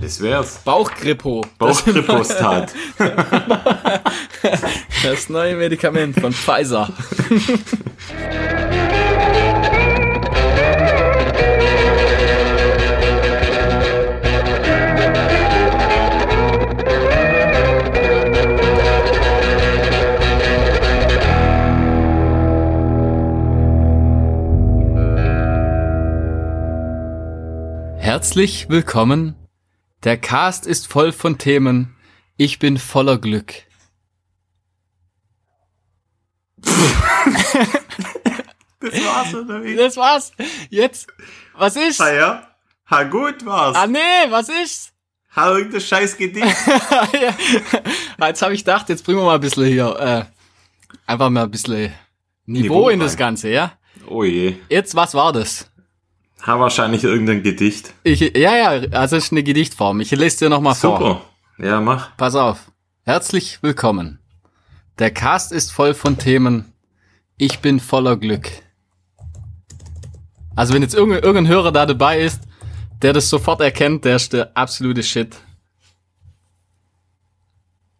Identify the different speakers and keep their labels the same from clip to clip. Speaker 1: Das wär's.
Speaker 2: Bauchgrippo.
Speaker 1: Bauchgrippostat.
Speaker 2: Das neue Medikament von Pfizer. Herzlich willkommen. Der Cast ist voll von Themen. Ich bin voller Glück.
Speaker 1: Das war's unterwegs.
Speaker 2: Das war's. Jetzt. Was ist?
Speaker 1: Ah ja. Ha gut war's.
Speaker 2: Ah nee, was ist?
Speaker 1: Ha irgendein scheiß Gedicht.
Speaker 2: Ah, Jetzt habe ich gedacht, jetzt bringen wir mal ein bisschen hier. Äh, einfach mal ein bisschen Niveau,
Speaker 1: Niveau
Speaker 2: in das
Speaker 1: rein.
Speaker 2: Ganze, ja?
Speaker 1: Oh je.
Speaker 2: Jetzt, was war das?
Speaker 1: Ha wahrscheinlich irgendein Gedicht.
Speaker 2: Ich, ja, ja, also es ist eine Gedichtform. Ich lese dir nochmal vor.
Speaker 1: Super. Ja, mach.
Speaker 2: Pass auf. Herzlich willkommen. Der Cast ist voll von Themen. Ich bin voller Glück. Also wenn jetzt irgendein, irgendein Hörer da dabei ist, der das sofort erkennt, der ist der absolute Shit.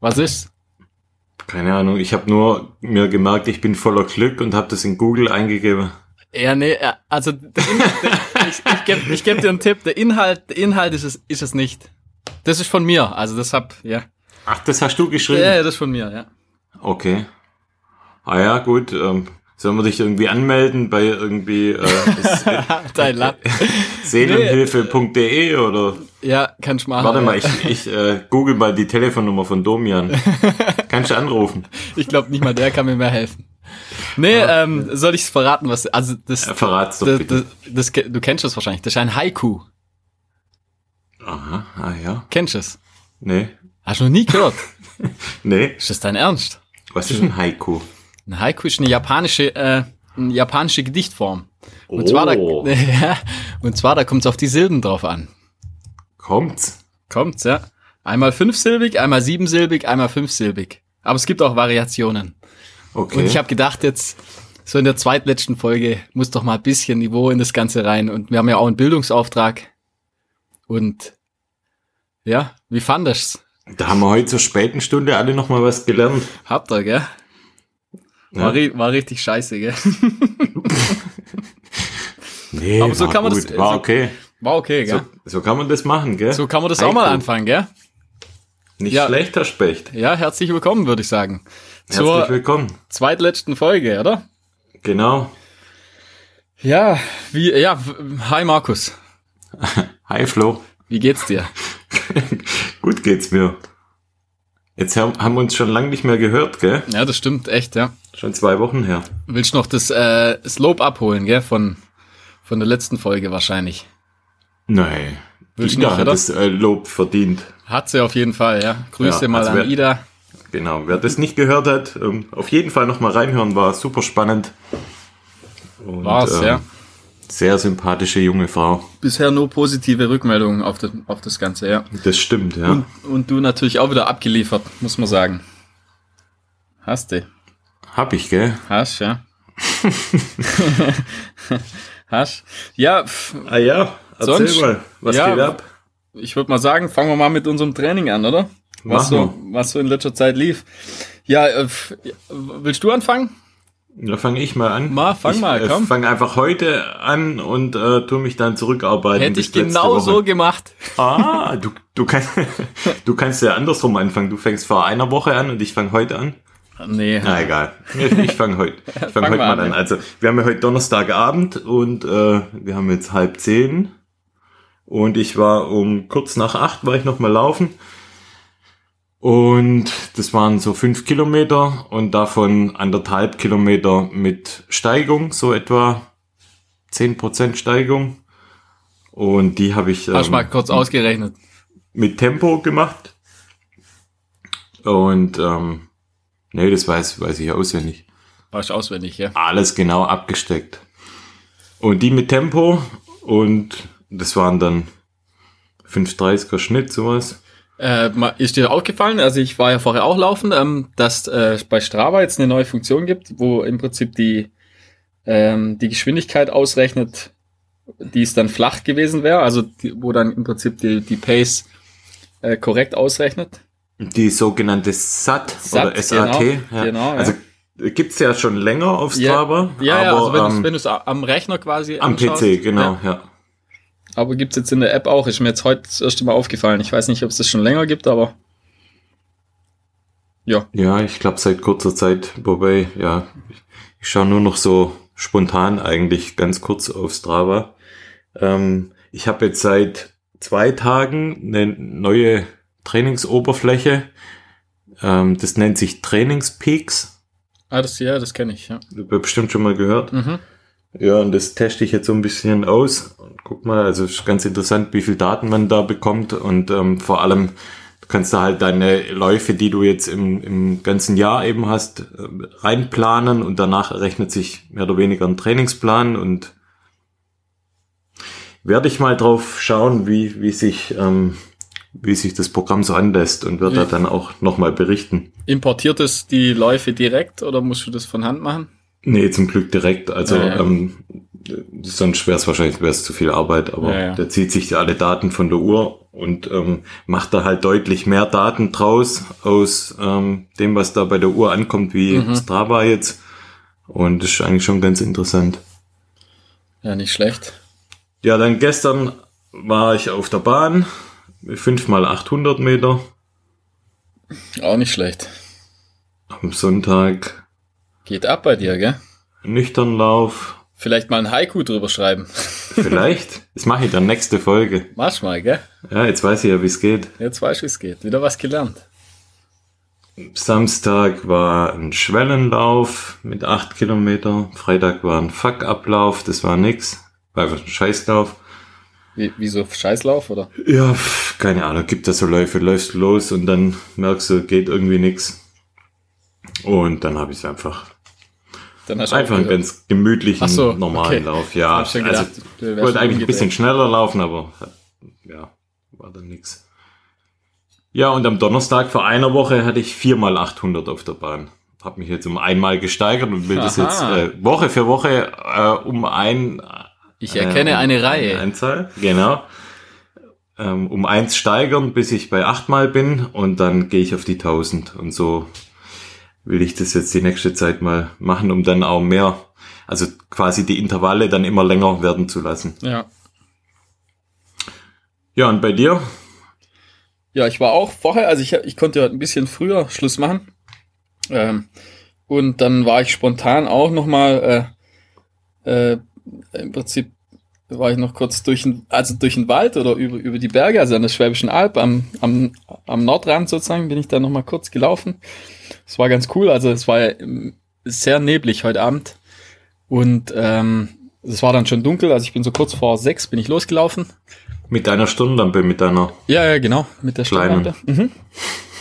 Speaker 2: Was ist?
Speaker 1: Keine Ahnung. Ich habe nur mir gemerkt, ich bin voller Glück und habe das in Google eingegeben.
Speaker 2: Ja, nee, ja, also der Inhalt, der, ich, ich gebe ich geb dir einen Tipp. Der Inhalt, der Inhalt ist es, ist es nicht. Das ist von mir, also das hab, ja.
Speaker 1: Ach, das hast du
Speaker 2: Ja,
Speaker 1: geschrieben.
Speaker 2: ja, das ist von mir, ja.
Speaker 1: Okay. Ah ja, gut. Ähm, sollen wir dich irgendwie anmelden bei irgendwie äh,
Speaker 2: Dein Lapp.
Speaker 1: seelenhilfe.de oder
Speaker 2: Ja, kannst machen.
Speaker 1: Warte
Speaker 2: Ah, ja.
Speaker 1: mal, ich, ich äh, google mal die Telefonnummer von Domian. Kannst du anrufen?
Speaker 2: Ich glaube, nicht mal der kann mir mehr helfen. Nee, ähm, soll ich es verraten, was. Also, das,
Speaker 1: Äh, Verrat's doch
Speaker 2: das,
Speaker 1: bitte.
Speaker 2: das, das. Du kennst es wahrscheinlich. Das ist ein Haiku.
Speaker 1: Aha, ah ja.
Speaker 2: Kennst du es?
Speaker 1: Nee.
Speaker 2: Hast du noch nie gehört?
Speaker 1: Nee.
Speaker 2: ist das dein Ernst?
Speaker 1: Was ist ein Haiku?
Speaker 2: Ein Haiku ist eine japanische, äh, eine japanische Gedichtform. Und,
Speaker 1: Oh.
Speaker 2: zwar da, ja, und zwar, da kommt es auf die Silben drauf an.
Speaker 1: Kommt's?
Speaker 2: Kommt's, ja. Einmal fünfsilbig, einmal siebensilbig, einmal fünfsilbig. Aber es gibt auch Variationen.
Speaker 1: Okay.
Speaker 2: Und ich habe gedacht, jetzt so in der zweitletzten Folge muss doch mal ein bisschen Niveau in das Ganze rein. Und wir haben ja auch einen Bildungsauftrag. Und ja, wie fandest
Speaker 1: da haben wir heute zur späten Stunde alle nochmal was gelernt.
Speaker 2: Habt ihr, gell?
Speaker 1: Ja.
Speaker 2: War, ri- war richtig scheiße, gell?
Speaker 1: Nee,
Speaker 2: Aber so
Speaker 1: war
Speaker 2: kann man
Speaker 1: gut.
Speaker 2: das-
Speaker 1: War
Speaker 2: so-
Speaker 1: okay.
Speaker 2: War okay, gell?
Speaker 1: So, so kann man das machen, gell?
Speaker 2: So, kann man das auch mal anfangen, gell?
Speaker 1: Nicht
Speaker 2: Ja.
Speaker 1: schlecht, Herr Specht.
Speaker 2: Ja, herzlich willkommen, würde ich sagen.
Speaker 1: Herzlich
Speaker 2: Zur
Speaker 1: willkommen.
Speaker 2: zweitletzten Folge, oder?
Speaker 1: Genau.
Speaker 2: Ja, wie, ja, w- hi Markus.
Speaker 1: Hi Flo.
Speaker 2: Wie geht's dir?
Speaker 1: Gut geht's mir. Jetzt haben, haben wir uns schon lange nicht mehr gehört, gell?
Speaker 2: Ja, das stimmt, echt, ja.
Speaker 1: Schon zwei Wochen her.
Speaker 2: Willst noch das, äh, das Lob abholen, gell? Von, von der letzten Folge wahrscheinlich.
Speaker 1: Nein.
Speaker 2: Willst du
Speaker 1: Ida
Speaker 2: noch,
Speaker 1: hat
Speaker 2: oder?
Speaker 1: das äh, Lob verdient.
Speaker 2: Hat sie auf jeden Fall, ja. Grüße
Speaker 1: Ja,
Speaker 2: mal
Speaker 1: also
Speaker 2: an
Speaker 1: wer-
Speaker 2: Ida.
Speaker 1: Genau, wer das nicht gehört hat, ähm, auf jeden Fall nochmal reinhören, war super spannend. Und,
Speaker 2: War's,
Speaker 1: ähm,
Speaker 2: ja.
Speaker 1: Sehr sympathische junge Frau.
Speaker 2: Bisher nur positive Rückmeldungen auf das, auf das Ganze, ja.
Speaker 1: Das stimmt, ja.
Speaker 2: Und, und du natürlich auch wieder abgeliefert, muss man sagen. Hast du.
Speaker 1: Hab ich, gell?
Speaker 2: Hast, ja. Hast. Ja, pf,
Speaker 1: Ah ja,
Speaker 2: erzähl Sonst- mal,
Speaker 1: was
Speaker 2: ja,
Speaker 1: geht ab?
Speaker 2: ich würde mal sagen, fangen wir mal mit unserem Training an, oder? Was so,
Speaker 1: Machen
Speaker 2: was so in letzter Zeit lief. Ja, äh, pf, willst du anfangen?
Speaker 1: Da fange ich mal an.
Speaker 2: Ma, fang
Speaker 1: ich,
Speaker 2: mal,
Speaker 1: äh,
Speaker 2: komm.
Speaker 1: Fang einfach heute an und äh, tu mich dann zurückarbeiten.
Speaker 2: Hätte
Speaker 1: bis
Speaker 2: ich
Speaker 1: letzte
Speaker 2: genau
Speaker 1: Woche.
Speaker 2: so gemacht.
Speaker 1: Ah, du, du, kannst, du kannst ja andersrum anfangen. Du fängst vor einer Woche an und ich fange heute an.
Speaker 2: Nee,
Speaker 1: Na egal. Ich, ich fange heute ich fang
Speaker 2: Fang
Speaker 1: heute
Speaker 2: mal
Speaker 1: mal
Speaker 2: an,
Speaker 1: an.
Speaker 2: ja.
Speaker 1: Also, wir haben ja heute Donnerstagabend und äh, wir haben jetzt halb zehn. Und ich war um kurz nach acht, war ich nochmal laufen. Und das waren so fünf Kilometer und davon anderthalb Kilometer mit Steigung, so etwa zehn Prozent Steigung. Und die habe ich.
Speaker 2: hast
Speaker 1: ähm,
Speaker 2: du mal kurz ausgerechnet.
Speaker 1: mit Tempo gemacht. Und ähm, nee, das weiß, weiß ich auswendig.
Speaker 2: Warst du auswendig, ja.
Speaker 1: Alles genau abgesteckt. Und die mit Tempo und das waren dann 5,30er Schnitt, sowas.
Speaker 2: Äh, ma- ist dir aufgefallen, also ich war ja vorher auch laufen, ähm, dass äh, bei Strava jetzt eine neue Funktion gibt, wo im Prinzip die, ähm, die Geschwindigkeit ausrechnet, die es dann flach gewesen wäre, also die, wo dann im Prinzip die, die Pace äh, korrekt ausrechnet.
Speaker 1: Die sogenannte SAT,
Speaker 2: SAT,
Speaker 1: oder SAT.
Speaker 2: genau,
Speaker 1: ja.
Speaker 2: genau, ja.
Speaker 1: also gibt's ja schon länger auf Strava,
Speaker 2: ja, ja,
Speaker 1: aber
Speaker 2: also wenn
Speaker 1: ähm,
Speaker 2: du es am Rechner quasi
Speaker 1: am
Speaker 2: anschaust.
Speaker 1: PC, genau,
Speaker 2: Ja,
Speaker 1: ja.
Speaker 2: aber gibt's jetzt in der App auch, ist mir jetzt heute das erste Mal aufgefallen. Ich weiß nicht, ob es das schon länger gibt, aber ja,
Speaker 1: Ja, ich glaube seit kurzer Zeit, wobei, ja, ich schaue nur noch so spontan eigentlich ganz kurz auf Strava. Ähm, ich habe jetzt seit zwei Tagen eine neue Trainingsoberfläche. Ähm, das nennt sich Trainingspeaks.
Speaker 2: ah, das, ja, das kenne ich, ja.
Speaker 1: Du hast bestimmt schon mal gehört.
Speaker 2: Mhm.
Speaker 1: Ja, und das teste ich jetzt so ein bisschen aus. Und guck mal, also ist ganz interessant, wie viel Daten man da bekommt. Und ähm, vor allem du kannst da halt deine Läufe, die du jetzt im, im ganzen Jahr eben hast, äh, reinplanen und danach errechnet sich mehr oder weniger ein Trainingsplan und werde ich mal drauf schauen, wie, wie sich, ähm, wie sich das Programm so anlässt und werde da
Speaker 2: Ja.
Speaker 1: dann auch nochmal berichten.
Speaker 2: Importiert es die Läufe direkt oder musst du das von Hand machen?
Speaker 1: Nee, zum Glück direkt. Also
Speaker 2: Ja, ja.
Speaker 1: Ähm, sonst wäre es wahrscheinlich wär's zu viel Arbeit, aber
Speaker 2: Ja, ja.
Speaker 1: der zieht sich alle Daten von der Uhr und ähm, macht da halt deutlich mehr Daten draus aus ähm, dem, was da bei der Uhr ankommt, wie
Speaker 2: Mhm.
Speaker 1: Strava jetzt. Und das ist eigentlich schon ganz interessant.
Speaker 2: Ja, nicht schlecht.
Speaker 1: Ja, dann gestern war ich auf der Bahn, 5 mal 800 Meter.
Speaker 2: Auch nicht schlecht.
Speaker 1: Am Sonntag
Speaker 2: Geht ab bei dir, gell?
Speaker 1: Nüchternlauf.
Speaker 2: Vielleicht mal ein Haiku drüber schreiben.
Speaker 1: Vielleicht. das mache ich dann nächste Folge.
Speaker 2: Mach's mal, gell?
Speaker 1: Ja, jetzt weiß ich ja, wie es geht.
Speaker 2: Jetzt weißt du, wie es geht. Wieder was gelernt.
Speaker 1: Samstag war ein Schwellenlauf mit 8 Kilometer. Freitag war ein Fuck-Ablauf, das war nix. War einfach ein Scheißlauf.
Speaker 2: Wie, wie so Scheißlauf, oder?
Speaker 1: Ja, pf, keine Ahnung, gibt da so Läufe, läufst los und dann merkst du, geht irgendwie nix. Und dann habe ich einfach.
Speaker 2: Dann hast
Speaker 1: Einfach einen
Speaker 2: aufgehört.
Speaker 1: ganz gemütlichen,
Speaker 2: Ach so,
Speaker 1: normalen
Speaker 2: okay.
Speaker 1: Lauf. Ja,
Speaker 2: Hab
Speaker 1: also,
Speaker 2: schon gedacht, du
Speaker 1: ich
Speaker 2: wärst
Speaker 1: wollte
Speaker 2: schon
Speaker 1: eigentlich ein bisschen
Speaker 2: umgedreht.
Speaker 1: schneller laufen, aber hat, ja, war dann nix. Ja, und am Donnerstag vor einer Woche hatte ich viermal 800 auf der Bahn. Hab mich jetzt um einmal gesteigert und will das jetzt
Speaker 2: Aha.
Speaker 1: äh, Woche für Woche äh, um ein...
Speaker 2: Ich
Speaker 1: äh,
Speaker 2: erkenne
Speaker 1: um
Speaker 2: eine Reihe.
Speaker 1: Einzahl, genau. Ähm, um eins steigern, bis ich bei achtmal bin und dann gehe ich auf die 1000 und so will ich das jetzt die nächste Zeit mal machen, um dann auch mehr, also quasi die Intervalle dann immer länger werden zu lassen.
Speaker 2: ja.
Speaker 1: Ja, und bei dir?
Speaker 2: ja, ich war auch vorher, also ich, ich konnte heute ein bisschen früher Schluss machen. Ähm, und dann war ich spontan auch nochmal, äh, äh, im Prinzip war ich noch kurz durch den, also durch den Wald oder über, über die Berge, also an der Schwäbischen Alb, am, am, am Nordrand sozusagen, bin ich dann nochmal kurz gelaufen. Es war ganz cool, also es war ja, ähm, sehr neblig heute Abend. Und ähm, es war dann schon dunkel, also ich bin so kurz vor sechs bin ich losgelaufen.
Speaker 1: Mit deiner Stirnlampe, mit deiner.
Speaker 2: Ja, ja, genau, mit der
Speaker 1: Kleinen.
Speaker 2: Stirnlampe. Mhm.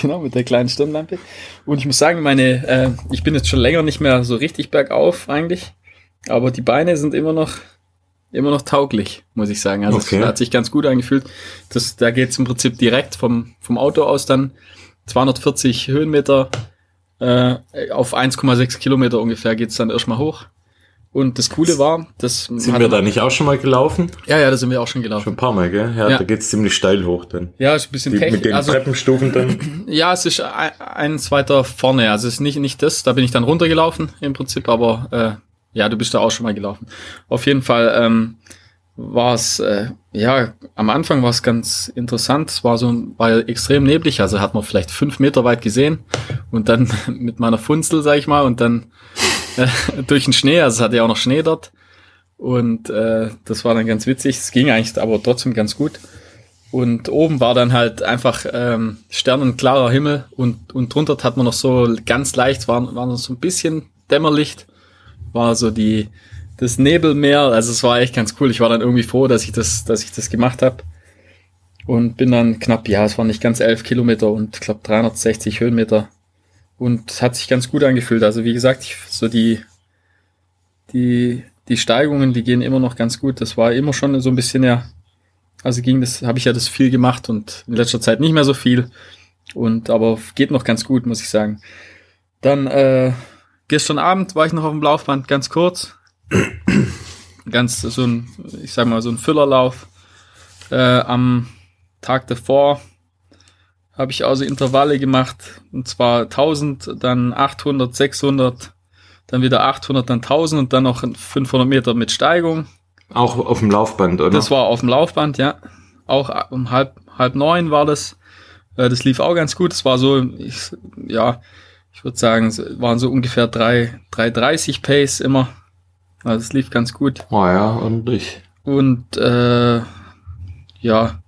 Speaker 2: genau, mit der kleinen Stirnlampe. Und ich muss sagen, meine, äh, ich bin jetzt schon länger nicht mehr so richtig bergauf eigentlich, aber die Beine sind immer noch, immer noch tauglich, muss ich sagen. Also
Speaker 1: Okay.
Speaker 2: es hat sich ganz gut angefühlt. Das, da geht's im Prinzip direkt vom, vom Auto aus dann 240 Höhenmeter äh, auf 1,6 Kilometer ungefähr geht's dann erstmal hoch. Und das Coole war, das
Speaker 1: Sind
Speaker 2: hat-
Speaker 1: wir da nicht auch schon mal gelaufen?
Speaker 2: Ja, ja, da sind wir auch schon gelaufen.
Speaker 1: Schon ein paar Mal, gell? Ja,
Speaker 2: Ja.
Speaker 1: da geht's ziemlich steil hoch dann.
Speaker 2: Ja, ist ein bisschen
Speaker 1: Die, mit
Speaker 2: technisch.
Speaker 1: den
Speaker 2: Also,
Speaker 1: Treppenstufen dann.
Speaker 2: Ja, es ist ein, eins weiter vorne. Also es ist nicht, nicht das. Da bin ich dann runtergelaufen im Prinzip, aber äh, ja, du bist da auch schon mal gelaufen. Auf jeden Fall ähm, war es, äh, ja, am Anfang war es ganz interessant. Es war so war extrem neblig, also hat man vielleicht fünf Meter weit gesehen und dann mit meiner Funzel, sag ich mal, und dann äh, durch den Schnee, also es hatte ja auch noch Schnee dort. Und äh, das war dann ganz witzig. Es ging eigentlich aber trotzdem ganz gut. Und oben war dann halt einfach ähm, sternenklarer Himmel und, und drunter hat man noch so ganz leicht, war, war noch so ein bisschen Dämmerlicht, war so die das Nebelmeer, also es war echt ganz cool. Ich war dann irgendwie froh, dass ich das, dass ich das gemacht habe. Und bin dann knapp, ja, es waren nicht ganz elf Kilometer und ich glaube 360 Höhenmeter. Und es hat sich ganz gut angefühlt. Also wie gesagt, ich, so die, die, die Steigungen, die gehen immer noch ganz gut. Das war immer schon so ein bisschen ja, also ging das, habe ich ja das viel gemacht und in letzter Zeit nicht mehr so viel. Und aber geht noch ganz gut, muss ich sagen. Dann äh, gestern Abend war ich noch auf dem Laufband, ganz kurz. Ganz so ein, ich sag mal, so ein Füllerlauf äh, am Tag davor habe ich also Intervalle gemacht und zwar 1000, dann 800, 600, dann wieder 800, dann 1000 und dann noch 500 Meter mit Steigung.
Speaker 1: Auch auf dem Laufband, oder?
Speaker 2: Das war auf dem Laufband, ja. Auch um halb, halb neun war das. Äh, Das lief auch ganz gut. Es war so, ich, ja, ich würde sagen, es waren so ungefähr drei 3,30 Pace immer. Also es lief ganz gut.
Speaker 1: oh ja, ordentlich.
Speaker 2: Und äh, ja,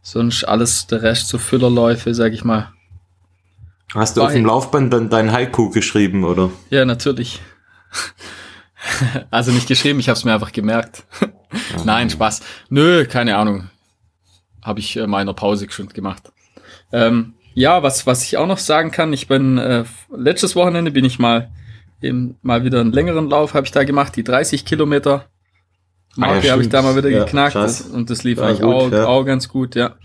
Speaker 2: sonst alles, der Rest so Füllerläufe, sag ich mal.
Speaker 1: Hast du
Speaker 2: War
Speaker 1: auf dem
Speaker 2: ich-
Speaker 1: Laufband dann dein Haiku geschrieben, oder?
Speaker 2: Ja, natürlich. also nicht geschrieben, ich habe es mir einfach gemerkt. Nein, Spaß. Nö, keine Ahnung. Habe ich äh, mal in der Pause geschwind gemacht. Ähm, ja, was, was ich auch noch sagen kann, ich bin äh, letztes Wochenende bin ich mal eben mal wieder einen längeren Lauf habe ich da gemacht, die 30 Kilometer.
Speaker 1: Ah, ja,
Speaker 2: Marke habe ich
Speaker 1: stimmt.
Speaker 2: da mal wieder
Speaker 1: Ja,
Speaker 2: geknackt
Speaker 1: krass.
Speaker 2: und das lief
Speaker 1: Ja,
Speaker 2: eigentlich
Speaker 1: gut,
Speaker 2: auch,
Speaker 1: ja.
Speaker 2: auch ganz gut, ja.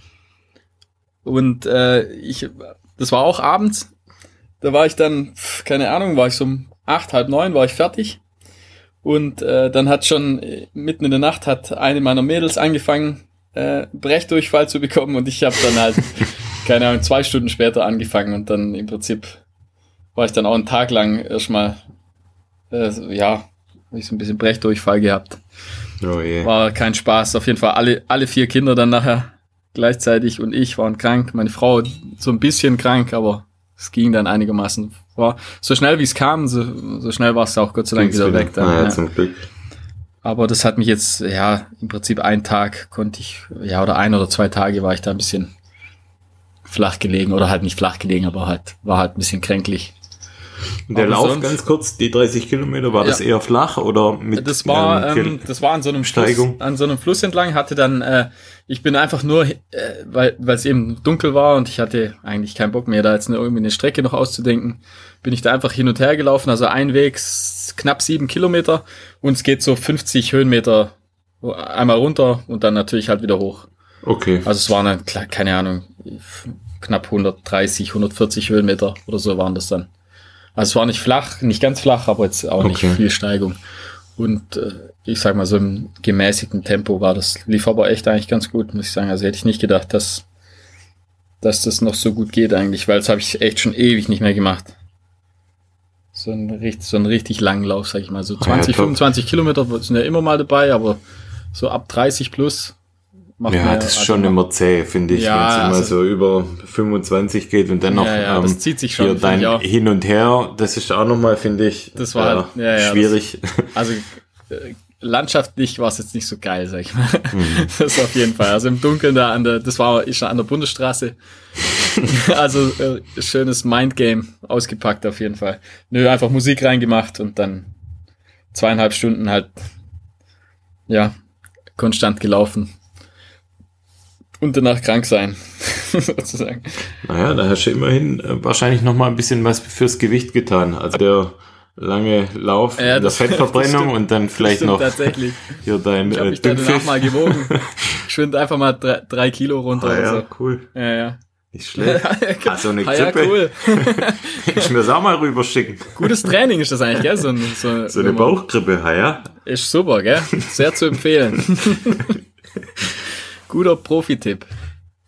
Speaker 2: Und äh, ich, das war auch abends. Da war ich dann, pf, keine Ahnung, war ich so um acht, halb neun, war ich fertig. Und äh, dann hat schon äh, mitten in der Nacht hat eine meiner Mädels angefangen, äh, Brechdurchfall zu bekommen und ich habe dann halt, keine Ahnung, zwei Stunden später angefangen und dann im Prinzip war ich dann auch einen Tag lang erstmal, äh, ja, hab ich so ein bisschen Brechdurchfall gehabt.
Speaker 1: Oh je.
Speaker 2: War kein Spaß. Auf jeden Fall alle, alle vier Kinder dann nachher gleichzeitig und ich waren krank. Meine Frau so ein bisschen krank, aber es ging dann einigermaßen. War so schnell wie es kam, so, so schnell war es auch Gott sei Dank
Speaker 1: Ging's
Speaker 2: wieder weg. Dann,
Speaker 1: ah, ja,
Speaker 2: ja.
Speaker 1: zum Glück.
Speaker 2: Aber das hat mich jetzt, ja, im Prinzip einen Tag konnte ich, ja, oder ein oder zwei Tage war ich da ein bisschen flach gelegen oder halt nicht flach gelegen, aber halt, war halt ein bisschen kränklich.
Speaker 1: Und der
Speaker 2: Aber
Speaker 1: Lauf
Speaker 2: sonst-
Speaker 1: ganz kurz, die 30 Kilometer, war das
Speaker 2: Ja.
Speaker 1: eher flach oder mit
Speaker 2: Das war,
Speaker 1: ähm,
Speaker 2: ähm, das war an so einem
Speaker 1: Steigung.
Speaker 2: Fluss, an so einem Fluss entlang. Hatte dann, äh, ich bin einfach nur, äh, weil weil es eben dunkel war und ich hatte eigentlich keinen Bock mehr, da jetzt eine, irgendwie eine Strecke noch auszudenken, bin ich da einfach hin und her gelaufen. Also ein Weg s- knapp sieben Kilometer und es geht so 50 Höhenmeter einmal runter und dann natürlich halt wieder hoch.
Speaker 1: Okay.
Speaker 2: Also es waren dann, kle- keine Ahnung, knapp 130, 140 Höhenmeter oder so waren das dann. Also es war nicht flach, nicht ganz flach, aber jetzt auch
Speaker 1: Okay.
Speaker 2: nicht viel Steigung. Und äh, ich sag mal, so im gemäßigten Tempo war das, lief aber echt eigentlich ganz gut, muss ich sagen. Also hätte ich nicht gedacht, dass, dass das noch so gut geht eigentlich, weil das habe ich echt schon ewig nicht mehr gemacht. So einen, richt- so einen richtig langen Lauf, sag ich mal. So
Speaker 1: ja,
Speaker 2: 20,
Speaker 1: top.
Speaker 2: 25 Kilometer sind ja immer mal dabei, aber so ab 30 plus macht
Speaker 1: ja,
Speaker 2: man
Speaker 1: das ist
Speaker 2: also
Speaker 1: schon
Speaker 2: macht-
Speaker 1: immer zäh, finde ich,
Speaker 2: Ja,
Speaker 1: wenn es immer
Speaker 2: also-
Speaker 1: so über 25 geht und dann noch ähm,
Speaker 2: Ja, ja, das zieht sich schon,
Speaker 1: hier
Speaker 2: finde ich
Speaker 1: dein
Speaker 2: auch.
Speaker 1: Hin und Her. Das ist auch nochmal, finde ich,
Speaker 2: Das war halt- ja, ja, das-
Speaker 1: schwierig.
Speaker 2: Also äh, landschaftlich war es jetzt nicht so geil, sag ich mal.
Speaker 1: Mhm.
Speaker 2: Das auf jeden Fall. Also im Dunkeln da an der, das war ich an der Bundesstraße. also äh, schönes Mindgame ausgepackt auf jeden Fall. Nö, einfach Musik reingemacht und dann zweieinhalb Stunden halt ja konstant gelaufen und danach krank sein sozusagen.
Speaker 1: Naja, da hast du immerhin äh, wahrscheinlich nochmal ein bisschen was fürs Gewicht getan. Also der lange Lauf,
Speaker 2: Ja,
Speaker 1: in der
Speaker 2: das- das
Speaker 1: Fettverbrennung
Speaker 2: stimmt.
Speaker 1: und dann vielleicht
Speaker 2: Stimmt,
Speaker 1: noch
Speaker 2: tatsächlich.
Speaker 1: hier dein
Speaker 2: Ich habe
Speaker 1: äh,
Speaker 2: mich dann danach
Speaker 1: Dünnpfiff.
Speaker 2: mal gewogen. Ich schwind einfach mal drei, drei Kilo runter
Speaker 1: Ah,
Speaker 2: oder
Speaker 1: ja,
Speaker 2: so.
Speaker 1: cool.
Speaker 2: Ja, ja.
Speaker 1: Nicht schlecht. Ah, so eine
Speaker 2: Ah, ja,
Speaker 1: Kippe.
Speaker 2: cool.
Speaker 1: ich mir das auch mal rüberschicken.
Speaker 2: Gutes Training ist das eigentlich, gell? So, ein- so,
Speaker 1: So eine Bauchgrippe, ah, ja.
Speaker 2: Ist super, gell? Sehr zu empfehlen. Guter Profi-Tipp.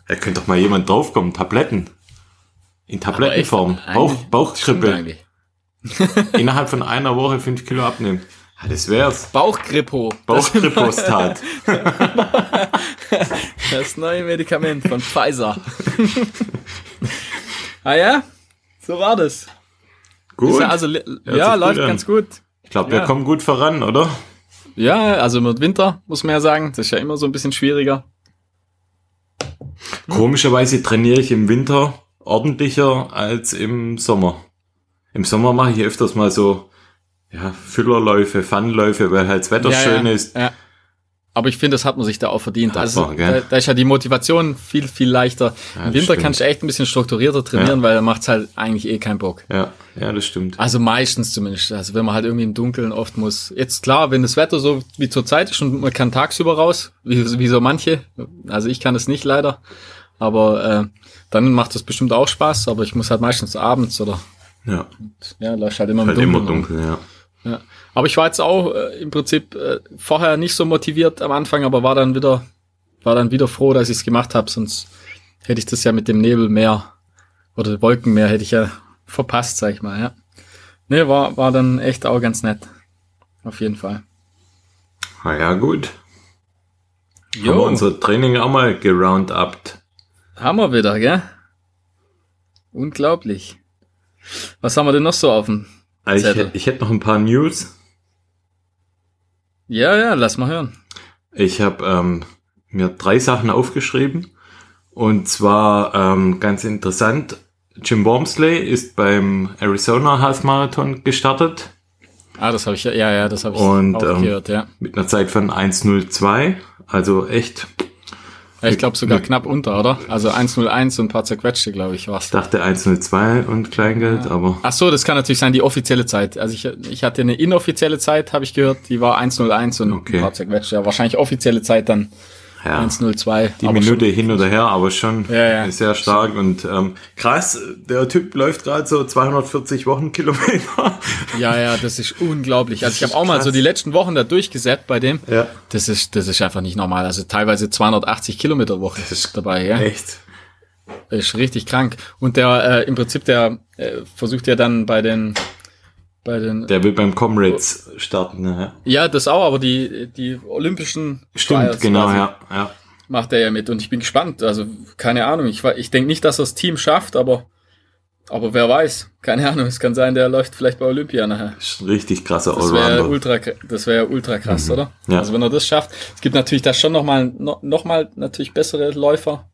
Speaker 1: Da könnte doch mal jemand draufkommen. Tabletten. In Tablettenform.
Speaker 2: echt,
Speaker 1: Bauch,
Speaker 2: eigentlich- Stimmt
Speaker 1: Bauchgrippe.
Speaker 2: eigentlich.
Speaker 1: Innerhalb von einer Woche fünf Kilo abnehmen. Ah, das wär's.
Speaker 2: Bauchgrippo. Das,
Speaker 1: Bauchgrippostat.
Speaker 2: das neue Medikament von Pfizer. ah ja? So war das. Ist
Speaker 1: Gut.
Speaker 2: ja, also, li-
Speaker 1: sich
Speaker 2: ja
Speaker 1: gut
Speaker 2: läuft
Speaker 1: an.
Speaker 2: ganz gut.
Speaker 1: ich glaube,
Speaker 2: ja. Hm.
Speaker 1: wir kommen gut voran, oder?
Speaker 2: Ja, also mit Winter, muss man ja sagen. Das ist ja immer so ein bisschen schwieriger.
Speaker 1: Komischerweise trainiere ich im Winter ordentlicher als im Sommer. Im Sommer mache ich öfters mal so ja, Füllerläufe, Funläufe, weil halt das Wetter
Speaker 2: Ja,
Speaker 1: schön
Speaker 2: ja,
Speaker 1: ist.
Speaker 2: Ja. Aber ich finde, das hat man sich da auch verdient.
Speaker 1: Hat
Speaker 2: also,
Speaker 1: man,
Speaker 2: da,
Speaker 1: gell?
Speaker 2: da ist ja die Motivation viel, viel leichter.
Speaker 1: Ja,
Speaker 2: Im
Speaker 1: das
Speaker 2: Winter
Speaker 1: stimmt.
Speaker 2: kannst du echt ein bisschen strukturierter trainieren, weil da macht's halt eigentlich eh keinen Bock.
Speaker 1: Ja, ja, das stimmt.
Speaker 2: Also meistens zumindest. Also wenn man halt irgendwie im Dunkeln oft muss. Jetzt klar, wenn das Wetter so wie zurzeit ist und man kann tagsüber raus, wie, wie so manche. Also ich kann es nicht leider. Aber äh, dann macht das bestimmt auch Spaß. Aber ich muss halt meistens abends oder
Speaker 1: Ja,
Speaker 2: ja, läuft halt immer im
Speaker 1: halt
Speaker 2: Dunkeln.
Speaker 1: immer dunkel, ja.
Speaker 2: Ja. Aber ich war jetzt auch äh, im Prinzip äh, vorher nicht so motiviert am Anfang, aber war dann wieder, war dann wieder froh, dass ich es gemacht habe, sonst hätte ich das ja mit dem Nebelmeer oder Wolkenmeer hätte ich ja verpasst, sag ich mal, ja. Nee, war, war dann echt auch ganz nett. Auf jeden Fall.
Speaker 1: Na Ah, ja, gut. Jo. Haben wir unser Training auch mal geroundupt.
Speaker 2: Haben wir wieder, gell? Unglaublich. Was haben wir denn noch so auf dem
Speaker 1: Also ich, ich hätte noch ein paar News.
Speaker 2: Ja, ja, lass mal hören.
Speaker 1: Ich habe ähm, mir drei Sachen aufgeschrieben. Und zwar ähm, ganz interessant, Jim Wormsley ist beim Arizona Half Marathon gestartet.
Speaker 2: Ah, das habe ich ja, ja, ja, das habe ich
Speaker 1: Und,
Speaker 2: auch
Speaker 1: ähm,
Speaker 2: gehört, ja.
Speaker 1: Mit einer Zeit von 1.02. Also echt,
Speaker 2: ja
Speaker 1: Hm.
Speaker 2: ich glaube sogar knapp unter, oder? Also 101 und ein paar zerquetschte, glaube ich,
Speaker 1: ich
Speaker 2: war's.
Speaker 1: dachte 1.02 und Kleingeld, aber
Speaker 2: Ach so, das kann natürlich sein, die offizielle Zeit. Also ich, ich hatte eine inoffizielle Zeit, habe ich gehört, die war 101 und
Speaker 1: Okay.
Speaker 2: ein paar zerquetschte. Ja, wahrscheinlich offizielle Zeit dann
Speaker 1: ja,
Speaker 2: 102.
Speaker 1: die
Speaker 2: aber
Speaker 1: Minute
Speaker 2: schon-
Speaker 1: hin oder her, aber schon
Speaker 2: Ja, ja.
Speaker 1: sehr stark und ähm, krass, der Typ läuft gerade so 240 Wochenkilometer.
Speaker 2: Ja, ja, das ist unglaublich. Also ich habe auch mal
Speaker 1: krass.
Speaker 2: so die letzten Wochen da durchgesäppt bei dem.
Speaker 1: Ja.
Speaker 2: Das ist, das ist einfach nicht normal. Also teilweise 280 Kilometer Woche ist dabei, ja.
Speaker 1: echt.
Speaker 2: Ist richtig krank. Und der, äh, im Prinzip, der äh, versucht ja dann bei den, bei den,
Speaker 1: Der will beim Comrades starten, ne? ja.
Speaker 2: ja, das auch, aber die, die olympischen
Speaker 1: Stimmt,
Speaker 2: Trials
Speaker 1: genau,
Speaker 2: quasi
Speaker 1: ja, ja.
Speaker 2: macht er ja mit. Und ich bin gespannt. Also, keine Ahnung. Ich, wa- ich denke nicht, dass das Team schafft, aber, aber wer weiß. Keine Ahnung. Es kann sein, der läuft vielleicht bei Olympia nachher.
Speaker 1: Ist ein richtig krasser
Speaker 2: Das wäre
Speaker 1: Allrounder.
Speaker 2: ultra, das wäre ultra krass, oder?
Speaker 1: Mhm. Ja.
Speaker 2: Also wenn er das schafft, es gibt natürlich da schon nochmal, no, noch mal natürlich bessere Läufer,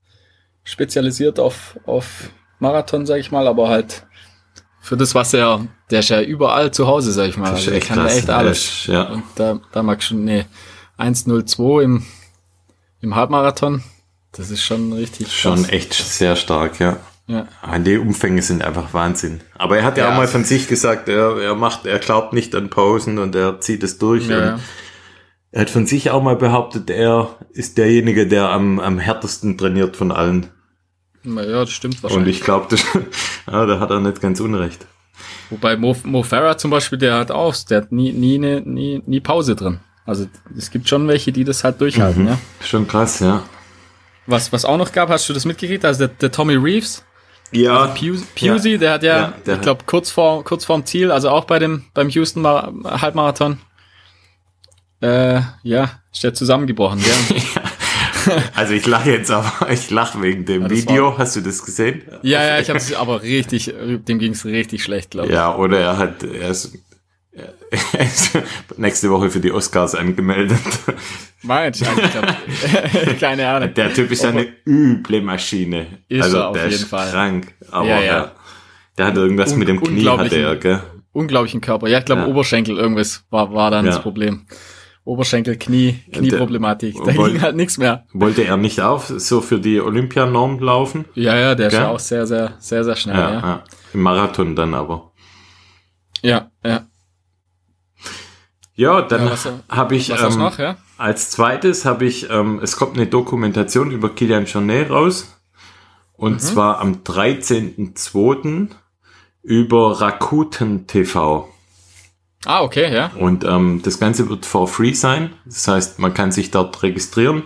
Speaker 2: spezialisiert auf, auf Marathon, sag ich mal, aber halt für das, was er, der ist ja überall zu Hause, sag ich mal.
Speaker 1: Das ist
Speaker 2: Also der
Speaker 1: echt
Speaker 2: kann
Speaker 1: krass.
Speaker 2: echt
Speaker 1: Der
Speaker 2: alles.
Speaker 1: ist- ja.
Speaker 2: Und da, da mag schon, nee, 1,02 im, im Halbmarathon, das ist schon richtig
Speaker 1: Schon
Speaker 2: krass.
Speaker 1: echt sehr stark, ja.
Speaker 2: Ja.
Speaker 1: Ah, Die Umfänge sind einfach Wahnsinn. Aber er hat ja,
Speaker 2: Ja,
Speaker 1: auch mal
Speaker 2: also-
Speaker 1: von sich gesagt, er, er macht, er glaubt nicht an Pausen und er zieht es durch.
Speaker 2: Ja, ja.
Speaker 1: Und er hat von sich auch mal behauptet, er ist derjenige, der am, am härtesten trainiert von allen.
Speaker 2: Na ja, das stimmt
Speaker 1: Und
Speaker 2: wahrscheinlich.
Speaker 1: ich glaube, ja, da hat er nicht ganz unrecht.
Speaker 2: Wobei Mo, Mo Farah zum Beispiel, der hat auch, der hat nie, nie, ne, nie, nie Pause drin. Also es gibt schon welche, die das halt
Speaker 1: Mhm.
Speaker 2: durchhalten. Ja.
Speaker 1: Schon krass, ja.
Speaker 2: Was, was auch noch gab, hast du das mitgekriegt? Also der, der Tommy Reeves,
Speaker 1: Ja,
Speaker 2: Pus- Pusey, der hat ja,
Speaker 1: Ja, der
Speaker 2: ich
Speaker 1: hat-
Speaker 2: glaube, kurz vor kurz vorm Ziel, also auch bei dem beim Houston Mar Halbmarathon, äh, ja, ist der zusammengebrochen. Gell?
Speaker 1: also ich lache jetzt aber, ich lache wegen dem
Speaker 2: Ja, das
Speaker 1: Video. Hast du das gesehen?
Speaker 2: ja, ja, ich habe aber richtig, dem ging's richtig schlecht, glaube ich.
Speaker 1: Ja, oder er hat er ist, er ist nächste Woche für die Oscars angemeldet.
Speaker 2: Meinst du? Also, ich glaub, keine Ahnung.
Speaker 1: Der Typ ist eine üble Maschine.
Speaker 2: Ist
Speaker 1: also
Speaker 2: er auf
Speaker 1: der
Speaker 2: jeden
Speaker 1: ist
Speaker 2: Fall.
Speaker 1: krank. Aber
Speaker 2: Ja,
Speaker 1: ja,
Speaker 2: ja.
Speaker 1: der hat irgendwas
Speaker 2: Un-
Speaker 1: mit dem Knie hatte
Speaker 2: unglaublichen-
Speaker 1: er, gell?
Speaker 2: unglaublichen Körper. Ja, ich glaube
Speaker 1: Ja.
Speaker 2: Oberschenkel irgendwas war, war dann
Speaker 1: Ja.
Speaker 2: das Problem. Oberschenkel, Knie,
Speaker 1: der-
Speaker 2: Knieproblematik. Da
Speaker 1: Obwohl-
Speaker 2: ging halt nichts mehr.
Speaker 1: Wollte er nicht auch so für die Olympianorm laufen?
Speaker 2: Ja, ja, der ist
Speaker 1: Gell?
Speaker 2: ja auch sehr, sehr, sehr, sehr schnell.
Speaker 1: Ja,
Speaker 2: Ja,
Speaker 1: ja. Im Marathon dann aber.
Speaker 2: ja. ja.
Speaker 1: Ja, dann
Speaker 2: Ja, was-
Speaker 1: habe ich
Speaker 2: Was hast
Speaker 1: ähm,
Speaker 2: du noch, ja?
Speaker 1: als zweites habe ich, ähm, es kommt eine Dokumentation über Kilian Jornet raus.
Speaker 2: Mhm.
Speaker 1: Und zwar am 13.02. über Rakuten TV.
Speaker 2: Ah, okay, ja.
Speaker 1: Und ähm, das Ganze wird for free sein. Das heißt, man kann sich dort registrieren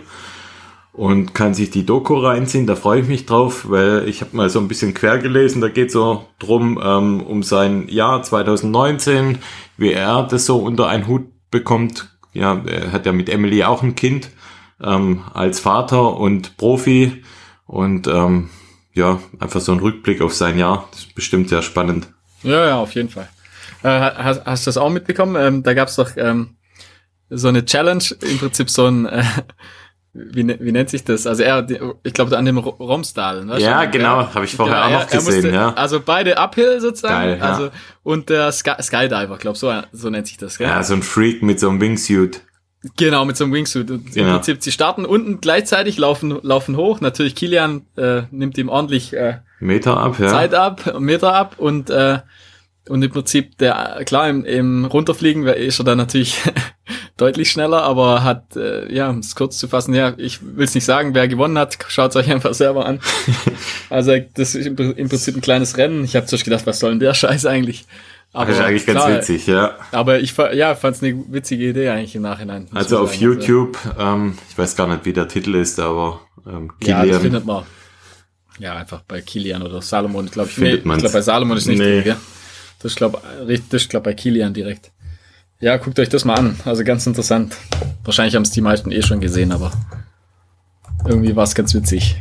Speaker 1: und kann sich die Doku reinziehen. Da freue ich mich drauf, weil ich habe mal so ein bisschen quer gelesen. Da geht so drum ähm, um sein Jahr 2019, wie er das so unter einen Hut bekommt. Ja, er hat ja mit Emily auch ein Kind ähm, als Vater und Profi und ähm, ja, einfach so ein Rückblick auf sein Jahr. Das ist bestimmt sehr spannend.
Speaker 2: Ja, ja, auf jeden Fall. Äh, hast, hast du das auch mitbekommen? Ähm, da gab's doch ähm, so eine Challenge, im Prinzip so ein, äh, wie, ne- wie nennt sich das? Also er, die- ich glaube, an dem Ro- Romsdal. Ne?
Speaker 1: Ja,
Speaker 2: Schon,
Speaker 1: genau,
Speaker 2: gell?
Speaker 1: habe ich vorher
Speaker 2: Genau,
Speaker 1: auch noch gesehen, ja.
Speaker 2: Also beide Uphill sozusagen.
Speaker 1: Geil, ja.
Speaker 2: also, und der Sky, Skydiver, glaube so, so nennt sich das. Gell?
Speaker 1: Ja, so ein Freak mit so einem Wingsuit.
Speaker 2: Genau, mit so einem Wingsuit. Und Im
Speaker 1: Genau.
Speaker 2: Prinzip, sie starten unten gleichzeitig, laufen, laufen hoch. Natürlich, Kilian äh, nimmt ihm ordentlich äh,
Speaker 1: Meter ab, ja.
Speaker 2: Zeit ab, Meter ab und, äh, und im Prinzip, der, klar, im, im Runterfliegen wär- ist er dann natürlich deutlich schneller, aber hat, äh, ja, um es kurz zu fassen, ja, ich will's nicht sagen, wer gewonnen hat, schaut's euch einfach selber an. Also das ist im Prin- im Prinzip ein kleines Rennen. Ich habe zuerst gedacht, was soll denn der Scheiß eigentlich?
Speaker 1: das ist eigentlich
Speaker 2: klar,
Speaker 1: ganz witzig, ja.
Speaker 2: Aber ich fa- ja, fand es eine witzige Idee eigentlich im Nachhinein. muss
Speaker 1: Also
Speaker 2: man
Speaker 1: auf
Speaker 2: sagen.
Speaker 1: YouTube, ähm, ich weiß gar nicht, wie der Titel ist, aber ähm,
Speaker 2: Ja, das
Speaker 1: Kilian,
Speaker 2: findet man. Ja, einfach bei Kilian oder Salomon, glaube ich.
Speaker 1: Findet
Speaker 2: nee,
Speaker 1: man's.
Speaker 2: Ich glaube, bei Salomon ist nicht
Speaker 1: Nee.
Speaker 2: drin, gell? Das glaube ich glaub, bei Kilian direkt. Ja, guckt euch das mal an. Also ganz interessant. Wahrscheinlich haben es die meisten eh schon gesehen, aber irgendwie war es ganz witzig.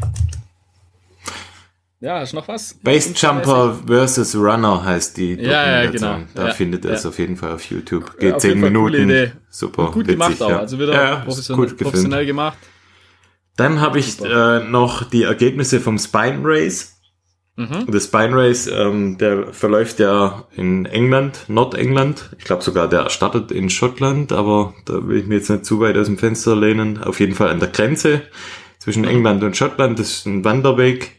Speaker 2: Ja, ist noch was?
Speaker 1: Base Jumper vs. Runner heißt die
Speaker 2: Ja, ja, genau.
Speaker 1: Da
Speaker 2: Ja,
Speaker 1: findet ihr
Speaker 2: ja.
Speaker 1: es auf jeden Fall auf YouTube.
Speaker 2: Ja,
Speaker 1: Geht
Speaker 2: auf
Speaker 1: zehn
Speaker 2: jeden Fall coole Idee.
Speaker 1: Minuten. Super.
Speaker 2: Gut
Speaker 1: witzig,
Speaker 2: gemacht auch.
Speaker 1: ja.
Speaker 2: Also wieder
Speaker 1: ja, ist
Speaker 2: professionell,
Speaker 1: gut gefilmt.
Speaker 2: professionell gemacht.
Speaker 1: Dann habe ich äh, noch die Ergebnisse vom Spine Race.
Speaker 2: Mhm.
Speaker 1: Das Spine Race, ähm, der verläuft ja in England, Nordengland. Ich glaube sogar, der startet in Schottland, aber da will ich mir jetzt nicht zu weit aus dem Fenster lehnen. Auf jeden Fall an der Grenze zwischen
Speaker 2: Mhm.
Speaker 1: England und Schottland. Das ist ein Wanderweg.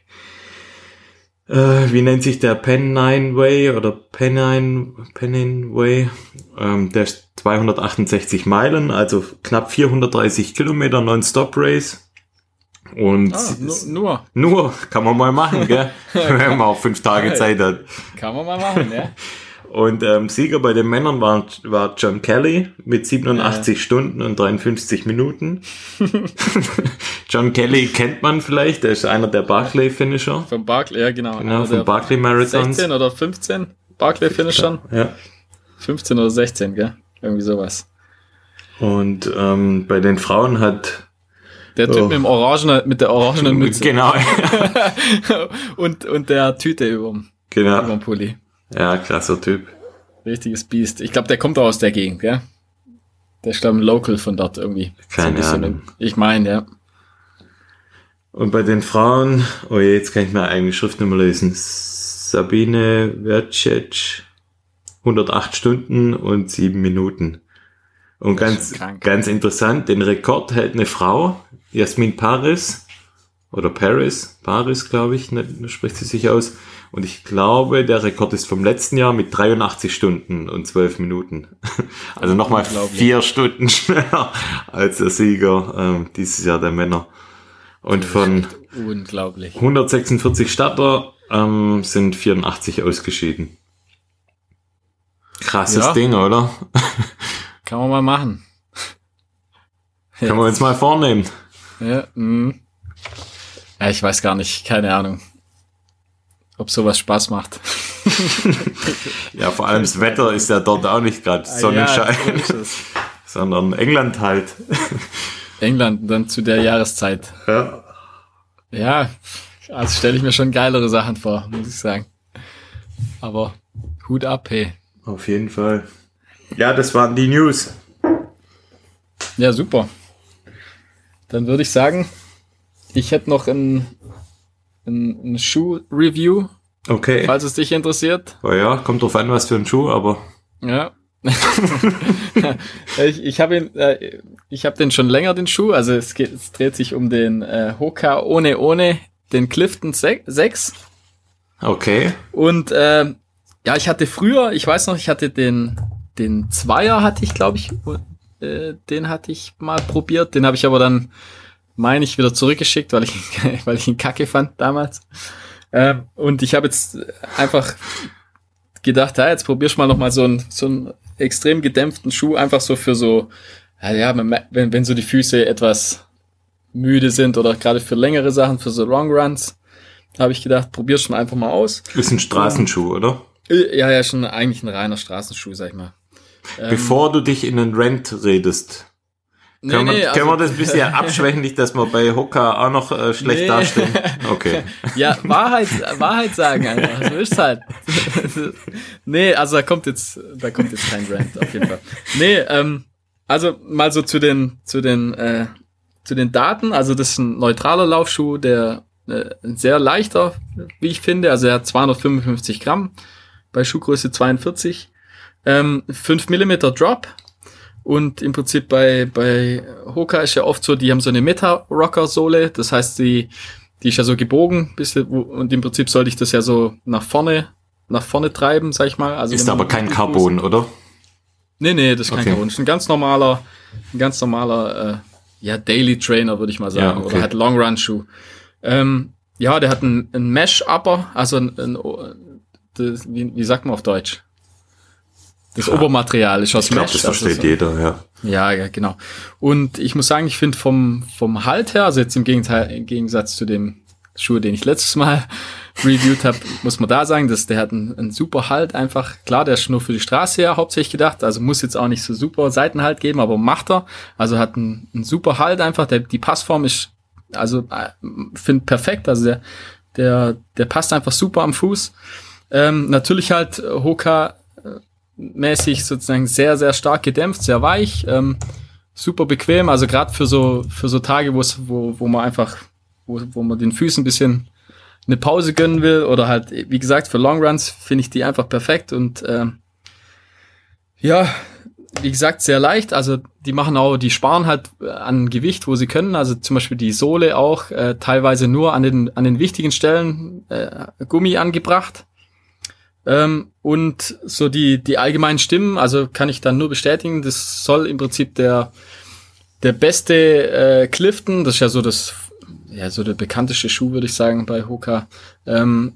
Speaker 1: Äh, wie nennt sich der Pennine Way oder Pennine, Pennine Way? Ähm, der ist 268 Meilen, also knapp 430 Kilometer Non-Stop-Race. Und
Speaker 2: Ah,
Speaker 1: sie-
Speaker 2: nur, nur.
Speaker 1: nur, kann man mal machen, gell? Wenn man auch fünf Tage Zeit hat.
Speaker 2: Kann man mal machen, ja.
Speaker 1: Und ähm, Sieger bei den Männern war, war John Kelly mit 87 Stunden und 53 Minuten. John Kelly kennt man vielleicht, der ist einer der Barclay-Finisher.
Speaker 2: Vom Barclay, ja genau.
Speaker 1: Genau,
Speaker 2: Einer
Speaker 1: vom
Speaker 2: der
Speaker 1: Barclay Marathons.
Speaker 2: 16 oder 15 Barclay-Finishern.
Speaker 1: Ja.
Speaker 2: 15 oder 16, gell? Irgendwie sowas.
Speaker 1: Und ähm, bei den Frauen hat.
Speaker 2: Der Typ
Speaker 1: Oh.
Speaker 2: mit, dem orangenen, mit der orangenen Mütze
Speaker 1: Genau,
Speaker 2: und, und der Tüte überm,
Speaker 1: genau.
Speaker 2: überm Pulli.
Speaker 1: Ja, krasser Typ.
Speaker 2: Richtiges Biest. Ich glaube, der kommt auch aus der Gegend, gell? Der ist, glaube ein Local von dort irgendwie.
Speaker 1: Keine
Speaker 2: bisschen
Speaker 1: Ahnung.
Speaker 2: im- Ich meine, ja.
Speaker 1: Und bei den Frauen, oh je, jetzt kann ich meine eigene Schrift nicht mehr lesen. Sabine Vercic, 108 Stunden und 7 Minuten. Und
Speaker 2: Das ist
Speaker 1: ganz,
Speaker 2: schon krank.
Speaker 1: ganz interessant, den Rekord hält eine Frau, Jasmin Paris, oder Paris, Paris, glaube ich, ne, spricht sie sich aus. Und ich glaube, der Rekord ist vom letzten Jahr mit 83 Stunden und 12 Minuten. Also nochmal
Speaker 2: Unglaublich.
Speaker 1: vier Stunden schneller als der Sieger ähm, dieses Jahr der Männer. Und von
Speaker 2: Unglaublich.
Speaker 1: 146 Starter ähm, sind 84 ausgeschieden. Krasses
Speaker 2: Ja.
Speaker 1: Ding, oder?
Speaker 2: Kann man mal machen.
Speaker 1: Können wir uns mal vornehmen.
Speaker 2: Ja, mm. ja, ich weiß gar nicht. Keine Ahnung. Ob sowas Spaß macht.
Speaker 1: Ja, vor allem das Wetter ist ja dort auch nicht gerade
Speaker 2: Ja,
Speaker 1: Sonnenschein,
Speaker 2: so ist es.
Speaker 1: sondern England halt.
Speaker 2: England dann zu der Jahreszeit.
Speaker 1: Ja.
Speaker 2: Ja, also stelle ich mir schon geilere Sachen vor, muss ich sagen. Aber Hut ab, hey.
Speaker 1: Auf jeden Fall. Ja, das waren die News.
Speaker 2: Ja, super. Dann würde ich sagen, ich hätte noch ein, ein, ein Schuh-Review,
Speaker 1: Okay.
Speaker 2: falls es dich interessiert.
Speaker 1: Oh ja, kommt drauf an, was für ein Schuh, aber
Speaker 2: Ja. ich ich habe ihn, äh, ich habe den schon länger, den Schuh. Also es, geht, es dreht sich um den äh, Hoka ohne ohne, den Clifton 6.
Speaker 1: okay.
Speaker 2: Und ähm, ja, ich hatte früher, ich weiß noch, ich hatte den, den Zweier hatte ich, glaube ich, äh, den hatte ich mal probiert, den habe ich aber dann, meine ich, wieder zurückgeschickt, weil ich, ihn- weil ich ihn kacke fand damals. Ähm, und ich habe jetzt einfach gedacht, ja, jetzt probierst du mal nochmal so einen, so einen extrem gedämpften Schuh, einfach so für so, ja, ja, man mer- wenn, wenn so die Füße etwas müde sind oder gerade für längere Sachen, für so Long Runs, habe ich gedacht, probierst du mal einfach mal aus.
Speaker 1: Ist ein Straßenschuh, oder?
Speaker 2: Äh, Ja, ja, schon eigentlich ein reiner Straßenschuh, sag ich mal. Ähm,
Speaker 1: Bevor du dich in den Rent redest,
Speaker 2: nee,
Speaker 1: Können,
Speaker 2: nee,
Speaker 1: wir, können wir
Speaker 2: also-
Speaker 1: das ein bisschen abschwächen, nicht, dass wir bei Hooker auch noch äh, schlecht
Speaker 2: Nee.
Speaker 1: dastehen? Okay.
Speaker 2: Ja, Wahrheit, Wahrheit sagen einfach. So ist halt. nee, also da kommt jetzt, da kommt jetzt kein Rant, auf jeden Fall. Nee, ähm, also mal so zu den, zu den, äh, zu den Daten. Also das ist ein neutraler Laufschuh, der äh, ein sehr leichter, wie ich finde. Also er hat 255 Gramm bei Schuhgröße 42. Ähm, 5 Millimeter Drop. Und im Prinzip bei, bei Hoka ist ja oft so, die haben so eine Meta-Rocker-Sohle. Das heißt, die, die ist ja so gebogen, bisschen, wo- und im Prinzip sollte ich das ja so nach vorne, nach vorne treiben, sag ich mal. Also
Speaker 1: Ist
Speaker 2: wenn man
Speaker 1: aber kein
Speaker 2: mit dem Fuß-
Speaker 1: Carbon, oder?
Speaker 2: Nee, nee, das ist kein
Speaker 1: Okay.
Speaker 2: Carbon. Das ist ein ganz normaler, ein ganz normaler, äh, ja, Daily Trainer, würde ich mal sagen.
Speaker 1: Ja, okay.
Speaker 2: Oder halt Long Run Schuh. Ähm, ja, der hat einen, einen Mesh Upper, also ein, ein, das, wie, wie sagt man auf Deutsch? Das Obermaterial ist aus
Speaker 1: Ich glaube,
Speaker 2: Mesh,
Speaker 1: das
Speaker 2: also
Speaker 1: versteht
Speaker 2: so-
Speaker 1: jeder, ja.
Speaker 2: Ja, ja, genau. Und ich muss sagen, ich finde vom, vom Halt her, also jetzt im, Gegenteil, im Gegensatz zu dem Schuh, den ich letztes Mal reviewed habe, muss man da sagen, dass der hat einen, einen super Halt einfach. Klar, der ist nur für die Straße ja hauptsächlich gedacht, also muss jetzt auch nicht so super Seitenhalt geben, aber macht er. Also hat einen, einen super Halt einfach. Der, die Passform ist, also äh, finde perfekt. Also der, der, der passt einfach super am Fuß. Ähm, natürlich halt äh, Hoka mäßig sozusagen sehr, sehr stark gedämpft, sehr weich, ähm, super bequem. Also gerade für so, für so Tage, wo's- wo, wo man einfach, wo, wo man den Füßen ein bisschen eine Pause gönnen will oder halt, wie gesagt, für Longruns finde ich die einfach perfekt und ähm, ja, wie gesagt, sehr leicht. Also die machen auch, die sparen halt äh, an Gewicht, wo sie können. Also zum Beispiel die Sohle auch äh, teilweise nur an den, an den wichtigen Stellen äh, Gummi angebracht. Ähm, und so die, die allgemeinen Stimmen, also kann ich dann nur bestätigen, das soll im Prinzip der, der beste äh, Clifton, das ist ja so das, ja, so der bekannteste Schuh, würde ich sagen, bei Hoka, ähm,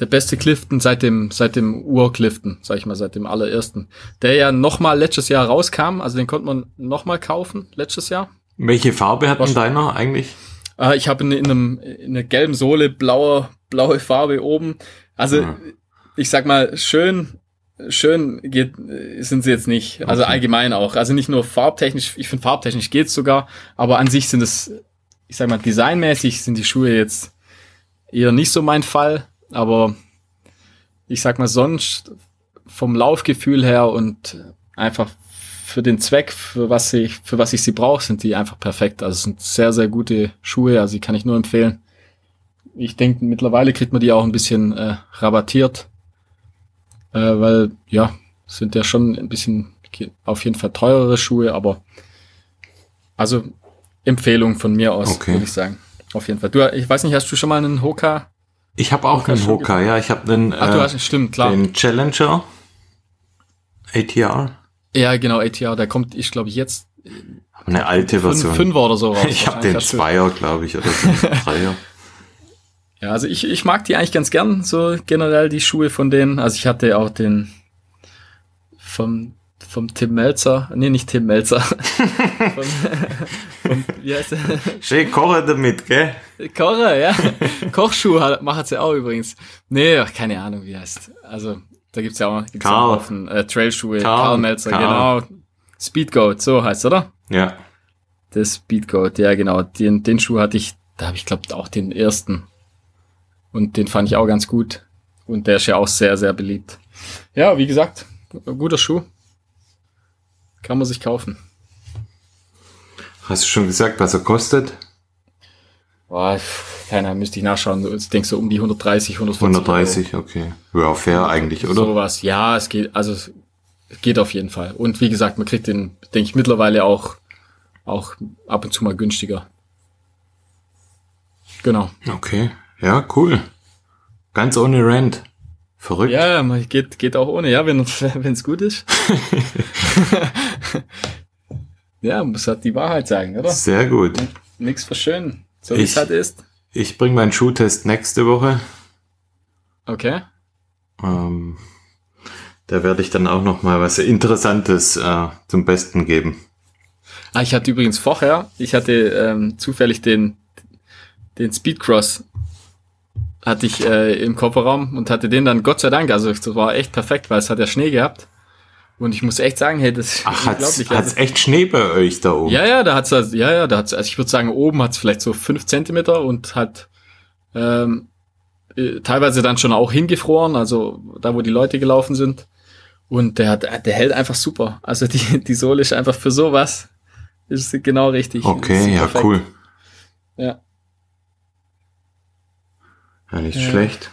Speaker 2: der beste Clifton seit dem, seit dem Ur-Clifton, sag ich mal, seit dem allerersten, der ja nochmal letztes Jahr rauskam, also den konnte man nochmal kaufen, letztes Jahr.
Speaker 1: Welche Farbe hat denn
Speaker 2: Was-
Speaker 1: deiner eigentlich?
Speaker 2: Ah, ich habe in, in, einem, in einer gelben Sohle blaue, blaue Farbe oben. Also,
Speaker 1: Ah.
Speaker 2: ich sag mal, schön, schön geht, äh, sind sie jetzt nicht. Also
Speaker 1: Okay.
Speaker 2: allgemein auch. Also nicht nur farbtechnisch, ich finde farbtechnisch geht's sogar, aber an sich sind es, ich sag mal, designmäßig sind die Schuhe jetzt eher nicht so mein Fall, aber ich sag mal, sonst vom Laufgefühl her und einfach für den Zweck, für was ich, für was ich sie brauche, sind die einfach perfekt. Also es sind sehr, sehr gute Schuhe, also die kann ich nur empfehlen. Ich denke, mittlerweile kriegt man die auch ein bisschen äh, rabattiert, äh, weil ja, sind ja schon ein bisschen ge- auf jeden Fall teurere Schuhe, aber also Empfehlung von mir aus,
Speaker 1: Okay.
Speaker 2: würde ich sagen. Auf jeden Fall. Du, ich weiß nicht, hast du schon mal einen Hoka?
Speaker 1: Ich habe auch
Speaker 2: Hoka
Speaker 1: einen
Speaker 2: schon
Speaker 1: Hoka, ja. Ich habe einen
Speaker 2: Ach, du
Speaker 1: äh,
Speaker 2: hast, stimmt, klar.
Speaker 1: den Challenger ATR.
Speaker 2: Ja, genau, ATR, der kommt, ich glaube, jetzt
Speaker 1: Eine alte
Speaker 2: fün-
Speaker 1: Version.
Speaker 2: Fünfer oder so raus.
Speaker 1: ich habe
Speaker 2: Wahrscheinlich
Speaker 1: den
Speaker 2: hast du-
Speaker 1: Zweier, glaube ich, oder so einen Dreier.
Speaker 2: Ja, also ich, ich mag die eigentlich ganz gern, so generell die Schuhe von denen. Also ich hatte auch den vom, vom Tim Melzer, nee, nicht Tim Melzer. vom, vom, wie heißt der?
Speaker 1: Schön kochen damit, gell?
Speaker 2: Korre, ja. Kochschuh hat- macht sie auch übrigens. Nee, ach, keine Ahnung, wie heißt. Also, da gibt's ja auch gibt's ja
Speaker 1: Karl.
Speaker 2: auch Haufen, äh, Trailschuhe,
Speaker 1: Karl.
Speaker 2: Karl, Melzer,
Speaker 1: Karl.
Speaker 2: genau. Speedgoat, so heißt oder?
Speaker 1: Ja.
Speaker 2: Der Speedgoat, ja genau. Den, den Schuh hatte ich, da habe ich glaube auch den ersten. Und den fand ich auch ganz gut. Und der ist ja auch sehr, sehr beliebt. Ja, wie gesagt, guter Schuh. Kann man sich kaufen.
Speaker 1: Hast du schon gesagt, was er kostet?
Speaker 2: Boah, keiner müsste ich nachschauen. So, Ich denke so um die 130, 140.
Speaker 1: 130, okay. Ja, fair eigentlich,
Speaker 2: Euro.
Speaker 1: oder?
Speaker 2: Sowas. Ja, es geht, also es geht auf jeden Fall. Und wie gesagt, man kriegt den, denke ich, mittlerweile auch, auch ab und zu mal günstiger. Genau.
Speaker 1: Okay. Ja, cool. Ganz ohne Rent. Verrückt.
Speaker 2: Ja, man geht, geht auch ohne, ja, wenn es gut ist. ja, muss halt die Wahrheit sagen, oder?
Speaker 1: Sehr gut.
Speaker 2: Nichts verschönen, so
Speaker 1: Ich-
Speaker 2: wie es halt ist.
Speaker 1: Ich bringe meinen Schuhtest nächste Woche.
Speaker 2: Okay.
Speaker 1: Ähm, da werde ich dann auch noch mal was Interessantes äh, zum Besten geben.
Speaker 2: Ah, ich hatte übrigens vorher, ich hatte ähm, zufällig den, den Speedcross hatte ich äh, im Kofferraum und hatte den dann Gott sei Dank, also das war echt perfekt, weil es hat ja Schnee gehabt. Und ich muss echt sagen, hey, das ist
Speaker 1: Ach, hat's,
Speaker 2: unglaublich. also-
Speaker 1: hat's echt Schnee bei euch da oben?
Speaker 2: Ja, ja, da hat's also, ja, ja, da hat's, also ich würde sagen, oben hat's vielleicht so fünf Zentimeter und hat ähm, äh, teilweise dann schon auch hingefroren, also da, wo die Leute gelaufen sind. Und der hat, der hält einfach super. Also die, die Sohle ist einfach für sowas. Ist sie genau richtig. Ist
Speaker 1: Okay, ja,
Speaker 2: perfekt.
Speaker 1: cool.
Speaker 2: Ja.
Speaker 1: Ja, nicht
Speaker 2: Ja.
Speaker 1: schlecht.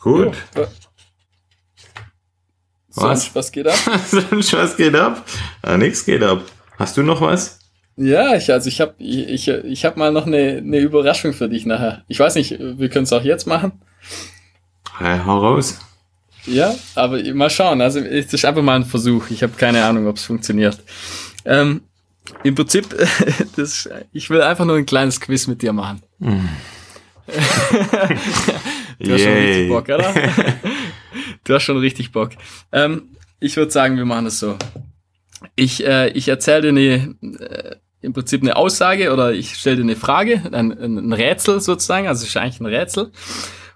Speaker 1: Gut.
Speaker 2: Ja.
Speaker 1: Was?
Speaker 2: Was? was geht ab?
Speaker 1: Sonst was geht ab? Ah, nix geht ab. Hast du noch was?
Speaker 2: Ja, ich, also ich habe ich, ich, ich hab mal noch eine, eine Überraschung für dich nachher. Ich weiß nicht, wir können es auch jetzt machen.
Speaker 1: Hey, hau raus.
Speaker 2: Ja, aber mal schauen. Also es ist einfach mal ein Versuch. Ich habe keine Ahnung, ob es funktioniert. Ähm, Im Prinzip, das, ich will einfach nur ein kleines Quiz mit dir machen. Du hast schon richtig Bock, oder? du hast schon richtig Bock. Ähm, ich würde sagen, wir machen es so. Ich, äh, ich erzähle dir eine, äh, im Prinzip eine Aussage oder ich stelle dir eine Frage, ein, ein Rätsel sozusagen, also es ist eigentlich ein Rätsel.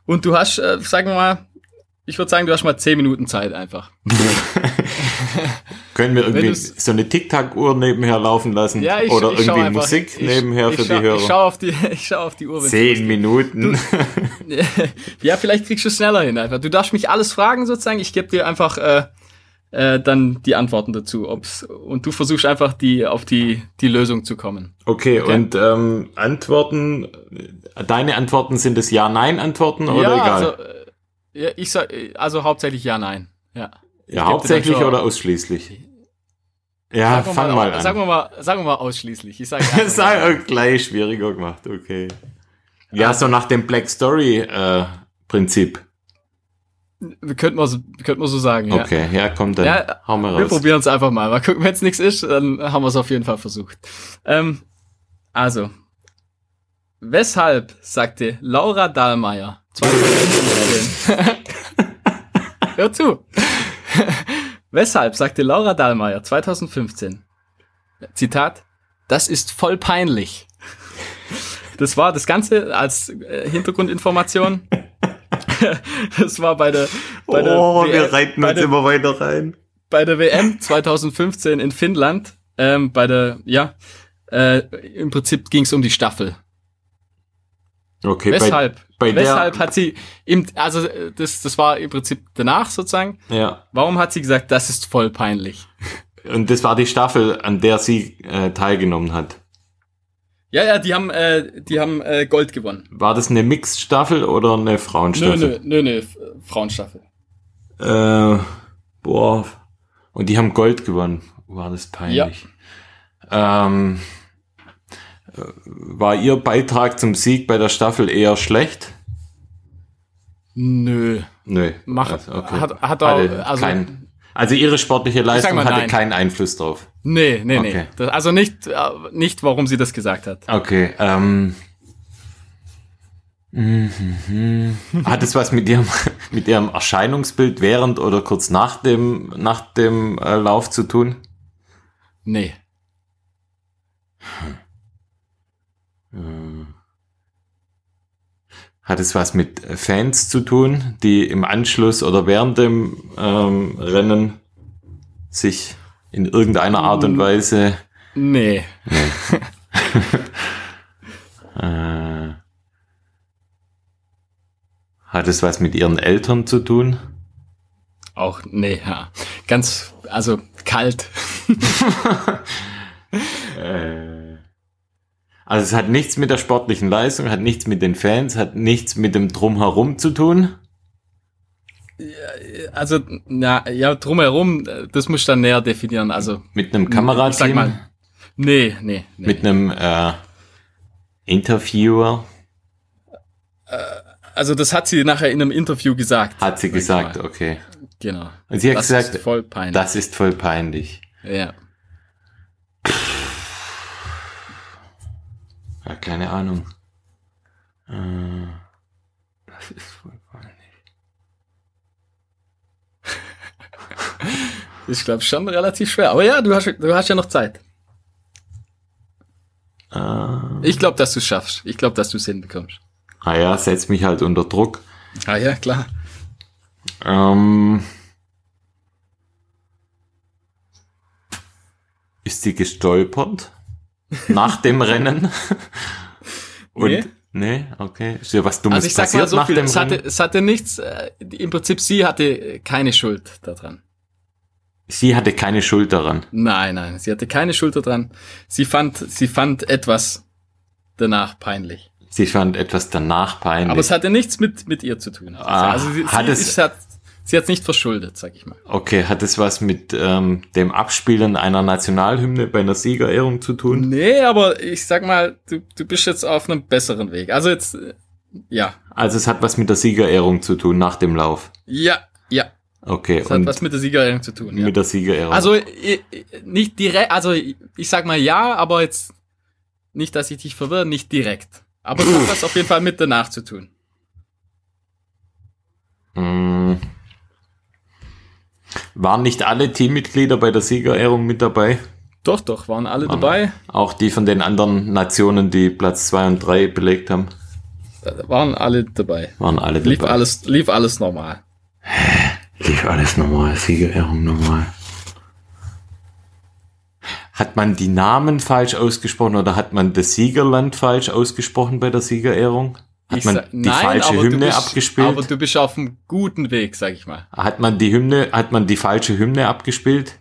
Speaker 2: Und du hast, äh, sagen wir mal, ich würde sagen, du hast mal 10 Minuten Zeit einfach.
Speaker 1: Können wir irgendwie
Speaker 2: du's-
Speaker 1: so eine Tic-Tac-Uhr nebenher laufen lassen?
Speaker 2: Ja, ich,
Speaker 1: Oder
Speaker 2: ich schau
Speaker 1: irgendwie
Speaker 2: einfach,
Speaker 1: Musik
Speaker 2: ich,
Speaker 1: nebenher
Speaker 2: ich
Speaker 1: für
Speaker 2: schau,
Speaker 1: die Hörer?
Speaker 2: Ich schau auf die, ich schau auf die Uhr. wenn's
Speaker 1: Zehn Minuten.
Speaker 2: ja, vielleicht kriegst du es schneller hin einfach. Du darfst mich alles fragen sozusagen. Ich gebe dir einfach äh, äh, dann die Antworten dazu. Ob's, und du versuchst einfach die auf die, die Lösung zu kommen.
Speaker 1: Okay, und ähm, Antworten, äh, deine Antworten sind es Ja-Nein-Antworten oder
Speaker 2: ja,
Speaker 1: egal?
Speaker 2: Also, äh, ja, ich sag, äh, also hauptsächlich ja, nein. Ja. ich geb
Speaker 1: ja,
Speaker 2: dir
Speaker 1: hauptsächlich
Speaker 2: dann schon-
Speaker 1: oder ausschließlich? Ja,
Speaker 2: Sagen wir
Speaker 1: fang mal, an.
Speaker 2: Sagen wir mal, sagen wir mal ausschließlich. Ich sage
Speaker 1: Das hat er gleich schwieriger gemacht, okay.
Speaker 2: Ah.
Speaker 1: Ja, so nach dem Black äh, Story-Prinzip.
Speaker 2: könnte man, so- könnte man so sagen. Ja.
Speaker 1: okay, ja, komm, dann
Speaker 2: Ja,
Speaker 1: hau mal
Speaker 2: Wir
Speaker 1: raus.
Speaker 2: probieren es einfach mal. Mal gucken, wenn es nichts ist, dann haben wir es auf jeden Fall versucht. Ähm, also, weshalb sagte Laura Dahlmeier 2010? Hör zu. weshalb sagte Laura Dahlmeier 2015? Zitat, das ist voll peinlich. Das war das Ganze als äh, Hintergrundinformation. Das war bei der, bei der
Speaker 1: oh,
Speaker 2: WM
Speaker 1: wir reiten
Speaker 2: bei
Speaker 1: uns
Speaker 2: der-
Speaker 1: immer weiter rein.
Speaker 2: bei der WM 2015 in Finnland, ähm, bei der, ja, äh, im Prinzip ging es um die Staffel.
Speaker 1: Okay,
Speaker 2: weshalb?
Speaker 1: bei der-
Speaker 2: weshalb hat sie, im, also äh, das, das war im Prinzip danach sozusagen,
Speaker 1: Bei, ja.
Speaker 2: warum hat sie gesagt, das ist voll peinlich?
Speaker 1: Und das war die Staffel, an der sie äh, teilgenommen hat.
Speaker 2: Ja, ja, die haben, äh, die haben äh, Gold gewonnen.
Speaker 1: War das eine Mixed-Staffel oder eine
Speaker 2: Nö,
Speaker 1: Frauenstaffel?
Speaker 2: nö, nö, nö, F- Frauenstaffel.
Speaker 1: Äh, boah. Und die haben Gold gewonnen. War das peinlich. Ähm, äh, war ihr Beitrag zum Sieg bei der Staffel eher schlecht?
Speaker 2: Nö.
Speaker 1: Nö.
Speaker 2: Mach-
Speaker 1: also,
Speaker 2: hat- hat auch-
Speaker 1: Hatte
Speaker 2: also-
Speaker 1: kein, also ihre sportliche Leistung
Speaker 2: mal
Speaker 1: hatte
Speaker 2: nein.
Speaker 1: keinen Einfluss drauf.
Speaker 2: Nee, nee,
Speaker 1: Okay.
Speaker 2: nee. Das, also nicht, äh, nicht, warum sie das gesagt hat.
Speaker 1: Okay. Ähm, mhm. hat es was mit ihrem, mit ihrem Erscheinungsbild während oder kurz nach dem, nach dem äh, Lauf zu tun?
Speaker 2: Nee.
Speaker 1: Hat es was mit Fans zu tun, die im Anschluss oder während dem ähm, Rennen sich in irgendeiner Art
Speaker 2: Mhm.
Speaker 1: und Weise.
Speaker 2: Nee.
Speaker 1: Äh, hat es was mit ihren Eltern zu tun?
Speaker 2: Auch, nee, ja. Ganz, also kalt.
Speaker 1: Äh, also es hat nichts mit der sportlichen Leistung, hat nichts mit den Fans, hat nichts mit dem Drumherum zu tun.
Speaker 2: Also, na, ja, drumherum, äh, das muss ich dann näher definieren. Also,
Speaker 1: Mit einem
Speaker 2: ich sag
Speaker 1: Kamerateam,
Speaker 2: mal, nee, nee, nee.
Speaker 1: mit einem äh, Interviewer.
Speaker 2: also, das hat sie nachher in einem Interview gesagt.
Speaker 1: Hat sie
Speaker 2: sag ich
Speaker 1: gesagt,
Speaker 2: mal.
Speaker 1: okay.
Speaker 2: Genau.
Speaker 1: Und sie hat
Speaker 2: das
Speaker 1: gesagt,
Speaker 2: ist voll peinlich.
Speaker 1: das ist voll peinlich.
Speaker 2: ja.
Speaker 1: Ja, keine Ahnung. Äh, das ist voll peinlich.
Speaker 2: Ich glaube schon relativ schwer. Aber ja, du hast, du hast ja noch Zeit.
Speaker 1: Äh,
Speaker 2: Ich glaube, dass du es schaffst. Ich glaube, dass du es hinbekommst.
Speaker 1: ah ja, setzt mich halt unter Druck.
Speaker 2: Ah ja, klar.
Speaker 1: Ähm, ist sie gestolpert? Nach dem Rennen? Und,
Speaker 2: Nee.
Speaker 1: nee. okay. Ist ihr was Dummes
Speaker 2: Also ich sag
Speaker 1: passiert
Speaker 2: mal so
Speaker 1: nach
Speaker 2: viel,
Speaker 1: dem
Speaker 2: es hatte,
Speaker 1: Rennen?
Speaker 2: es hatte nichts, äh, im Prinzip sie hatte äh, keine Schuld daran.
Speaker 1: Sie hatte keine Schuld daran.
Speaker 2: Nein, nein, sie hatte keine Schuld daran. Sie fand, sie fand etwas danach peinlich.
Speaker 1: Sie fand etwas danach peinlich.
Speaker 2: Aber es hatte nichts mit, mit ihr zu tun.
Speaker 1: Ah,
Speaker 2: also sie,
Speaker 1: hat
Speaker 2: sie,
Speaker 1: es-
Speaker 2: es hat, sie hat nicht verschuldet, sag ich mal.
Speaker 1: Okay, hat es was mit ähm, dem Abspielen einer Nationalhymne bei einer Siegerehrung zu tun?
Speaker 2: Nee, aber ich sag mal, du, du bist jetzt auf einem besseren Weg. Also jetzt, äh, ja,
Speaker 1: Also es hat was mit der Siegerehrung zu tun nach dem Lauf.
Speaker 2: ja, ja.
Speaker 1: Okay,
Speaker 2: Das
Speaker 1: und
Speaker 2: hat was mit der Siegerehrung zu tun. Ja.
Speaker 1: mit der Siegerehrung.
Speaker 2: Also i- i- nicht direkt, also i- ich sag mal ja, aber jetzt nicht, dass ich dich verwirre, nicht direkt. Aber es hat was auf jeden Fall mit danach zu tun.
Speaker 1: Mm, Waren nicht alle Teammitglieder bei der Siegerehrung mit dabei?
Speaker 2: Doch, doch, waren alle
Speaker 1: Waren
Speaker 2: dabei.
Speaker 1: Auch die von den anderen Nationen, die Platz 2 und 3 belegt haben,
Speaker 2: Äh, Waren alle dabei.
Speaker 1: waren alle dabei.
Speaker 2: Lief alles, lief alles normal.
Speaker 1: Lief alles normal, Siegerehrung normal. Hat man die Namen falsch ausgesprochen oder hat man das Siegerland falsch ausgesprochen bei der Siegerehrung? Hat
Speaker 2: Ich
Speaker 1: man
Speaker 2: sa-
Speaker 1: die falsche
Speaker 2: aber du
Speaker 1: Hymne
Speaker 2: bist,
Speaker 1: abgespielt?
Speaker 2: Aber du bist auf einem guten Weg, sag ich mal.
Speaker 1: Hat man die Hymne, hat man die falsche Hymne abgespielt?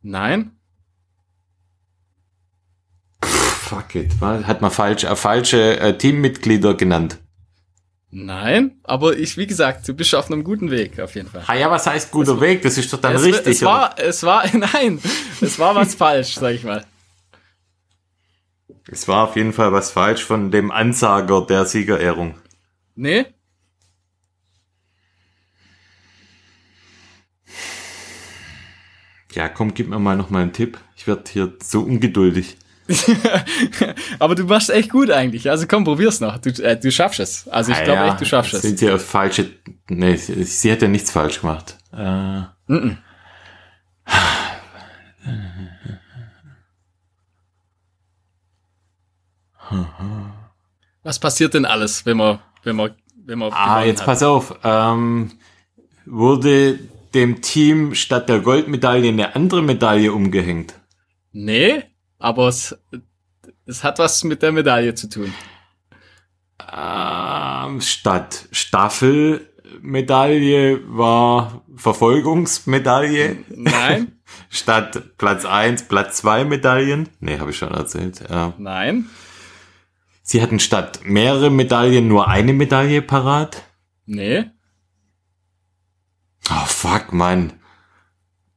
Speaker 2: Nein?
Speaker 1: Fuck it, was? Hat man falsch, äh, falsche äh, Teammitglieder genannt?
Speaker 2: Nein? Aber ich, wie gesagt, du bist auf einem guten Weg, auf jeden Fall.
Speaker 1: Ah ja, was heißt guter Weg? Das ist doch dann
Speaker 2: es,
Speaker 1: richtig.
Speaker 2: es
Speaker 1: oder?
Speaker 2: war, es war, nein, es war was falsch, sag ich mal.
Speaker 1: es war auf jeden Fall was falsch von dem Ansager der Siegerehrung.
Speaker 2: Nee?
Speaker 1: Ja, komm, gib mir mal noch mal einen Tipp. Ich werde hier so ungeduldig.
Speaker 2: Aber du machst echt gut eigentlich. Also komm, probier's noch. Du, äh, du schaffst es. Also ich
Speaker 1: Ah
Speaker 2: glaube
Speaker 1: ja,
Speaker 2: echt, du schaffst es.
Speaker 1: Sind sie auf falsche. Nee, sie, sie hat ja nichts falsch gemacht. Äh,
Speaker 2: Mhm. Was passiert denn alles, wenn man, wenn man, wenn man
Speaker 1: ah,
Speaker 2: gewonnen
Speaker 1: jetzt
Speaker 2: hat?
Speaker 1: pass auf. Ähm, wurde dem Team statt der Goldmedaille eine andere Medaille umgehängt?
Speaker 2: Nee, aber es, es hat was mit der Medaille zu tun.
Speaker 1: Ähm, statt Staffelmedaille war Verfolgungsmedaille.
Speaker 2: Nein,
Speaker 1: Statt Platz 1, Platz 2 Medaillen. Nee, habe ich schon erzählt. Äh,
Speaker 2: nein,
Speaker 1: sie hatten statt mehrere Medaillen nur eine Medaille parat.
Speaker 2: nee.
Speaker 1: Oh fuck, Mann.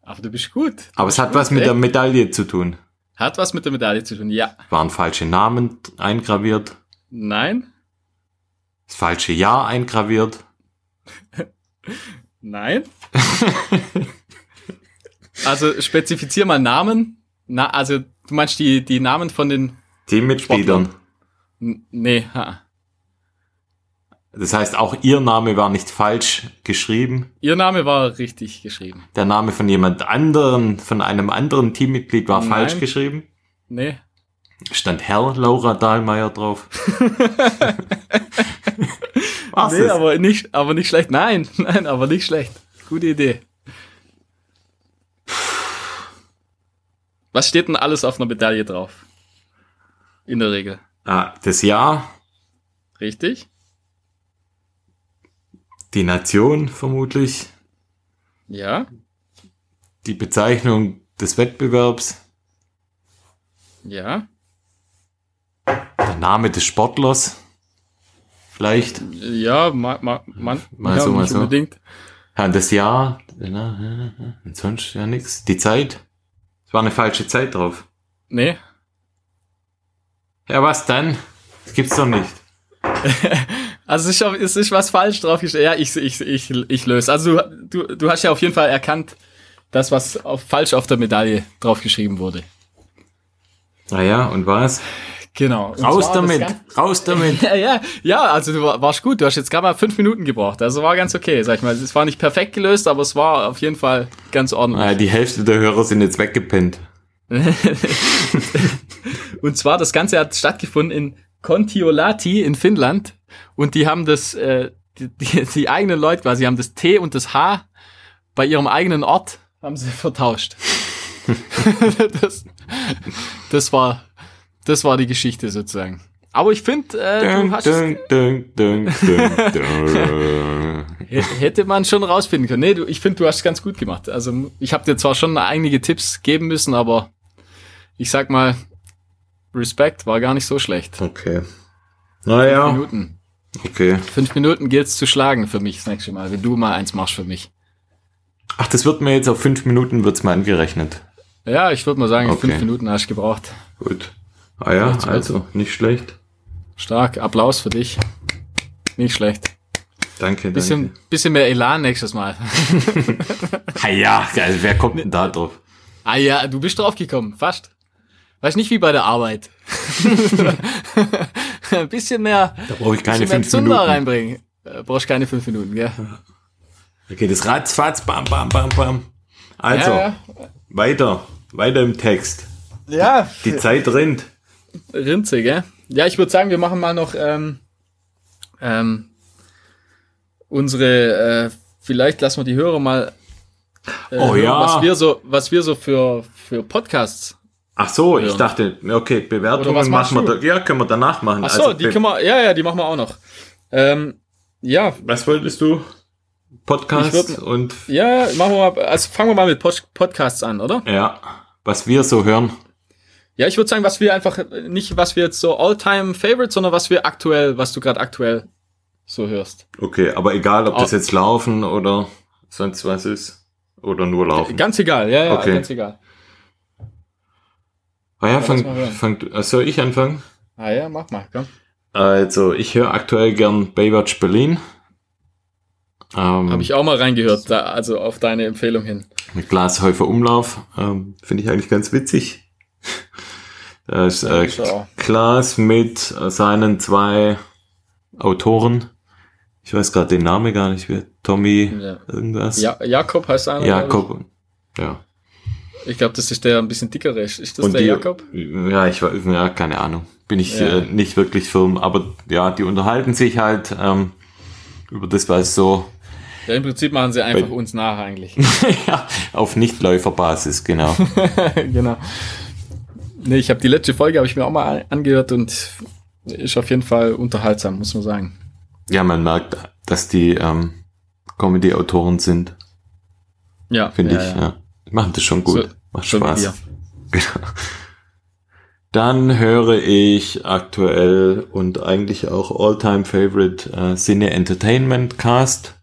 Speaker 2: Aber du bist gut.
Speaker 1: Aber es hat was mit der Medaille zu tun.
Speaker 2: Hat was mit der Medaille zu tun. Ja,
Speaker 1: Waren falsche Namen eingraviert,
Speaker 2: nein,
Speaker 1: das falsche Jahr eingraviert.
Speaker 2: nein. also spezifizier mal Namen. Na, also du meinst die, die Namen von den...
Speaker 1: Teammitgliedern.
Speaker 2: N- Nee, ha.
Speaker 1: Das heißt, auch ihr Name war nicht falsch geschrieben.
Speaker 2: Ihr Name war richtig geschrieben.
Speaker 1: Der Name von jemand anderen, von einem anderen Teammitglied war
Speaker 2: Nein.
Speaker 1: falsch geschrieben.
Speaker 2: Nee.
Speaker 1: Stand Herr Laura Dahlmeier drauf. Was
Speaker 2: nee,
Speaker 1: ist?
Speaker 2: aber nicht, aber nicht schlecht. Nein, nein, aber nicht schlecht. Gute Idee. Was steht denn alles auf einer Medaille drauf? In der Regel.
Speaker 1: ah, das Jahr,
Speaker 2: Richtig?
Speaker 1: die Nation vermutlich,
Speaker 2: Ja?
Speaker 1: die Bezeichnung des Wettbewerbs,
Speaker 2: Ja?
Speaker 1: der Name des Sportlers, vielleicht.
Speaker 2: Ja, ma, ma, man,
Speaker 1: Mal
Speaker 2: ja,
Speaker 1: so, mal
Speaker 2: nicht
Speaker 1: so.
Speaker 2: unbedingt.
Speaker 1: Ja, das Jahr, na, na, na, sonst ja nix. Die Zeit. Es war eine falsche Zeit drauf.
Speaker 2: Nee.
Speaker 1: Ja, was dann? Das gibt's doch nicht.
Speaker 2: Also es ist, auf- es ist was falsch drauf. gesch- Ja, ich, ich, ich, ich löse. Also du, du, du hast ja auf jeden Fall erkannt, dass was auf, falsch auf der Medaille drauf geschrieben wurde.
Speaker 1: Naja, Ah und was?
Speaker 2: Genau. Und
Speaker 1: Raus
Speaker 2: zwar das
Speaker 1: damit!
Speaker 2: Gan-
Speaker 1: Raus damit!
Speaker 2: Ja, ja, ja, also du war- warst gut. Du hast jetzt gerade mal fünf Minuten gebraucht. Also war ganz okay, sag ich mal. Es war nicht perfekt gelöst, aber es war auf jeden Fall ganz ordentlich.
Speaker 1: Ah, die Hälfte der Hörer sind jetzt weggepennt.
Speaker 2: Und zwar, das Ganze hat stattgefunden in Kontiolahti in Finnland. Und die haben das, äh, die, die, die eigenen Leute quasi, haben das T und das H bei ihrem eigenen Ort, haben sie vertauscht. das, das war, das war die Geschichte sozusagen. Aber ich finde, äh, du
Speaker 1: Dun,
Speaker 2: hast es
Speaker 1: dun, dun, dun, dun, dun.
Speaker 2: H- Hätte man schon rausfinden können. Nee, du, ich finde, du hast es ganz gut gemacht. Also ich habe dir zwar schon einige Tipps geben müssen, aber ich sag mal, Respekt war gar nicht so schlecht.
Speaker 1: Okay.
Speaker 2: Fünf
Speaker 1: Naja,
Speaker 2: Minuten.
Speaker 1: okay.
Speaker 2: Fünf Minuten gilt zu schlagen für mich das nächste Mal, wenn du mal eins machst für mich.
Speaker 1: Ach, das wird mir jetzt auf fünf Minuten wird's mal angerechnet.
Speaker 2: Ja, ich würde mal sagen,
Speaker 1: Okay.
Speaker 2: fünf Minuten hast du gebraucht.
Speaker 1: Gut. Ah ja,
Speaker 2: Nichts
Speaker 1: also, nicht schlecht.
Speaker 2: Stark, Applaus für dich. Nicht schlecht.
Speaker 1: Danke, danke.
Speaker 2: Bisschen, bisschen mehr Elan nächstes Mal.
Speaker 1: Ah ja, also wer kommt denn da drauf?
Speaker 2: Ah ja, du bist draufgekommen, fast. Weiß nicht wie bei der Arbeit. Ein bisschen mehr,
Speaker 1: Da brauche ich keine
Speaker 2: bisschen mehr
Speaker 1: fünf
Speaker 2: Zunder
Speaker 1: Minuten.
Speaker 2: reinbringen. Äh, brauchst keine fünf Minuten, gell?
Speaker 1: Okay, das ratzfatz, bam, bam, bam, bam. Also,
Speaker 2: Ja,
Speaker 1: weiter. Weiter im Text.
Speaker 2: ja.
Speaker 1: Die Zeit rennt.
Speaker 2: Rinze, gell? Ja, ich würde sagen, wir machen mal noch ähm, ähm, unsere, äh, vielleicht lassen wir die Hörer mal äh,
Speaker 1: Oh ja.
Speaker 2: was wir so, was wir so für, für Podcasts.
Speaker 1: Ach so, ich
Speaker 2: Ja.
Speaker 1: dachte, okay,
Speaker 2: Oder was
Speaker 1: Bewertungen
Speaker 2: machst
Speaker 1: machen wir. Da, ja, können wir danach machen.
Speaker 2: Ach so,
Speaker 1: Also,
Speaker 2: die
Speaker 1: Be-
Speaker 2: können wir, ja, ja, die machen wir auch noch. Ähm, ja,
Speaker 1: Was wolltest du? Podcast
Speaker 2: Ich würd-
Speaker 1: und
Speaker 2: ja, machen wir mal, also fangen wir mal mit Pod Podcasts an, oder?
Speaker 1: ja, was wir so hören.
Speaker 2: Ja, ich würde sagen, was wir einfach, äh, nicht was wir jetzt so all-time favorites, sondern was wir aktuell, was du gerade aktuell so hörst.
Speaker 1: Okay, aber egal, ob das
Speaker 2: Oh.
Speaker 1: jetzt laufen oder sonst was ist. Oder nur laufen.
Speaker 2: Ganz egal, ja, ja,
Speaker 1: Okay.
Speaker 2: ganz egal.
Speaker 1: Ah ja,
Speaker 2: lass
Speaker 1: fang,
Speaker 2: mal hören.
Speaker 1: fang, du- äh, soll ich anfangen?
Speaker 2: Ah ja, mach mal, komm.
Speaker 1: Also, ich höre aktuell gern Baywatch Berlin. Ähm,
Speaker 2: Habe ich auch mal reingehört, da, also auf deine Empfehlung hin.
Speaker 1: Mit Glashäufer Umlauf. Ähm, Finde ich eigentlich ganz witzig. Da ist
Speaker 2: Ja,
Speaker 1: äh,
Speaker 2: ich auch.
Speaker 1: Klaas mit äh, seinen zwei Autoren. Ich weiß gerade den Namen gar nicht mehr. Tommy
Speaker 2: Ja.
Speaker 1: irgendwas.
Speaker 2: Ja, Jakob heißt einer. glaub
Speaker 1: Jakob. Ja.
Speaker 2: Ich, ich glaube, das ist der ein bisschen dickere. Ist ist das der
Speaker 1: die,
Speaker 2: Jakob?
Speaker 1: Ja, ich war, ja, keine Ahnung. Bin ich
Speaker 2: Ja.
Speaker 1: äh, nicht wirklich firm, aber ja, die unterhalten sich halt ähm, über das, was so
Speaker 2: Ja, im Prinzip machen sie einfach
Speaker 1: Bei-
Speaker 2: uns nach eigentlich.
Speaker 1: ja, auf Nichtläuferbasis, genau.
Speaker 2: genau. Nee, ich habe die letzte Folge, habe ich mir auch mal an- angehört und ist auf jeden Fall unterhaltsam, muss man sagen.
Speaker 1: ja, man merkt, dass die ähm, Comedy-Autoren sind,
Speaker 2: Ja,
Speaker 1: finde
Speaker 2: ja,
Speaker 1: ich. Ja.
Speaker 2: Ja.
Speaker 1: Die Machen das schon gut.
Speaker 2: So-
Speaker 1: Macht
Speaker 2: so wie
Speaker 1: Spaß.
Speaker 2: wir.
Speaker 1: Genau. Dann höre ich aktuell und eigentlich auch Alltime favorite äh, Cine Entertainment Cast.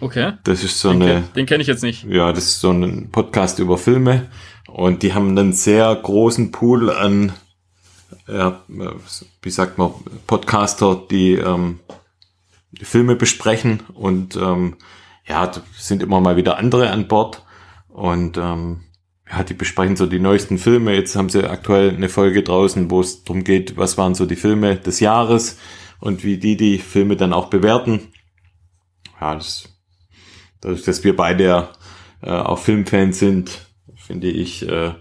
Speaker 2: Okay.
Speaker 1: Das ist so
Speaker 2: Den,
Speaker 1: eine,
Speaker 2: ken- den kenne ich jetzt nicht.
Speaker 1: ja, das ist so ein Podcast über Filme und die haben einen sehr großen Pool an, ja, wie sagt man, Podcaster, die ähm, die Filme besprechen und ähm, ja, da sind immer mal wieder andere an Bord und ähm, ja, die besprechen so die neuesten Filme. Jetzt haben sie aktuell eine Folge draußen, wo es darum geht, was waren so die Filme des Jahres und wie die die Filme dann auch bewerten. Ja, das, dadurch, dass wir beide ja äh, auch Filmfans sind, finde ich, äh,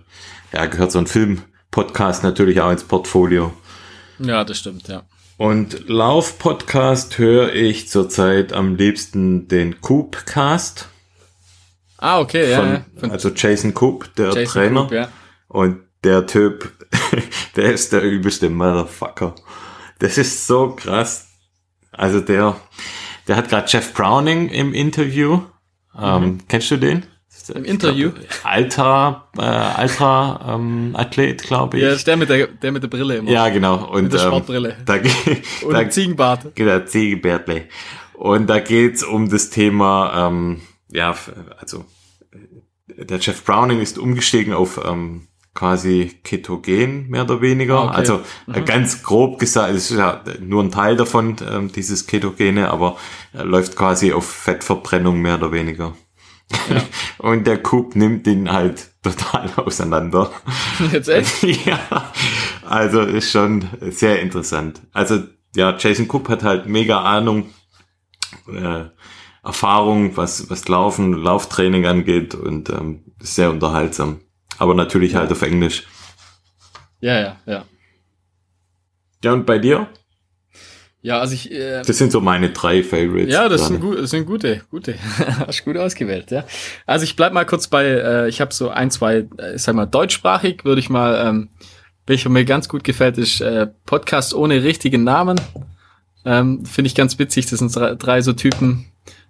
Speaker 1: ja, gehört so ein Film-Podcast natürlich auch ins Portfolio.
Speaker 2: Ja, das stimmt, ja.
Speaker 1: Und Lauf-Podcast höre ich zurzeit am liebsten den Coop-Cast
Speaker 2: Ah, okay, ja.
Speaker 1: von,
Speaker 2: ja. Von
Speaker 1: also Jason Coop, der
Speaker 2: Jason
Speaker 1: Trainer.
Speaker 2: Coop, ja.
Speaker 1: Und der Typ, der ist der übelste Motherfucker. Das ist so krass. Also der, der hat gerade Jeff Browning im Interview. Ähm,
Speaker 2: Mhm.
Speaker 1: kennst du den?
Speaker 2: Im Interview?
Speaker 1: Alter, äh, Alter ähm, Athlet, glaube ich.
Speaker 2: Ja, das ist der mit der, der mit der Brille immer.
Speaker 1: Ja, genau. Und
Speaker 2: mit der
Speaker 1: ähm,
Speaker 2: Sportbrille.
Speaker 1: da, ge-
Speaker 2: und
Speaker 1: da,
Speaker 2: dem Ziegenbart.
Speaker 1: Genau, Ziegenbärtle. Und da geht's um das Thema, ähm, ja, f- also äh, der Jeff Browning ist umgestiegen auf ähm, quasi ketogen, mehr oder weniger.
Speaker 2: Ah, okay.
Speaker 1: Also äh, ganz grob gesagt, es ist ja nur ein Teil davon, ähm, dieses Ketogene, aber er läuft quasi auf Fettverbrennung, mehr oder weniger. Und der Coop nimmt ihn halt total auseinander.
Speaker 2: Jetzt echt?
Speaker 1: ja, also ist schon sehr interessant. Also ja, Jason Coop hat halt mega Ahnung, äh, Erfahrung, was, was Laufen, Lauftraining angeht und ähm, ist sehr unterhaltsam. Aber natürlich halt auf Englisch.
Speaker 2: Ja, ja, ja.
Speaker 1: Ja, und bei dir?
Speaker 2: Ja, also ich, äh,
Speaker 1: Das sind so meine drei Favorites.
Speaker 2: Ja, das
Speaker 1: gerade.
Speaker 2: sind, gut, das sind gute, gute. Hast gut ausgewählt, ja. Also ich bleib mal kurz bei, äh, ich habe so ein, zwei, äh, ich sag mal, deutschsprachig würde ich mal, ähm, welcher mir ganz gut gefällt, ist äh, Podcast ohne richtigen Namen. Ähm, Finde ich ganz witzig, das sind drei, drei so Typen.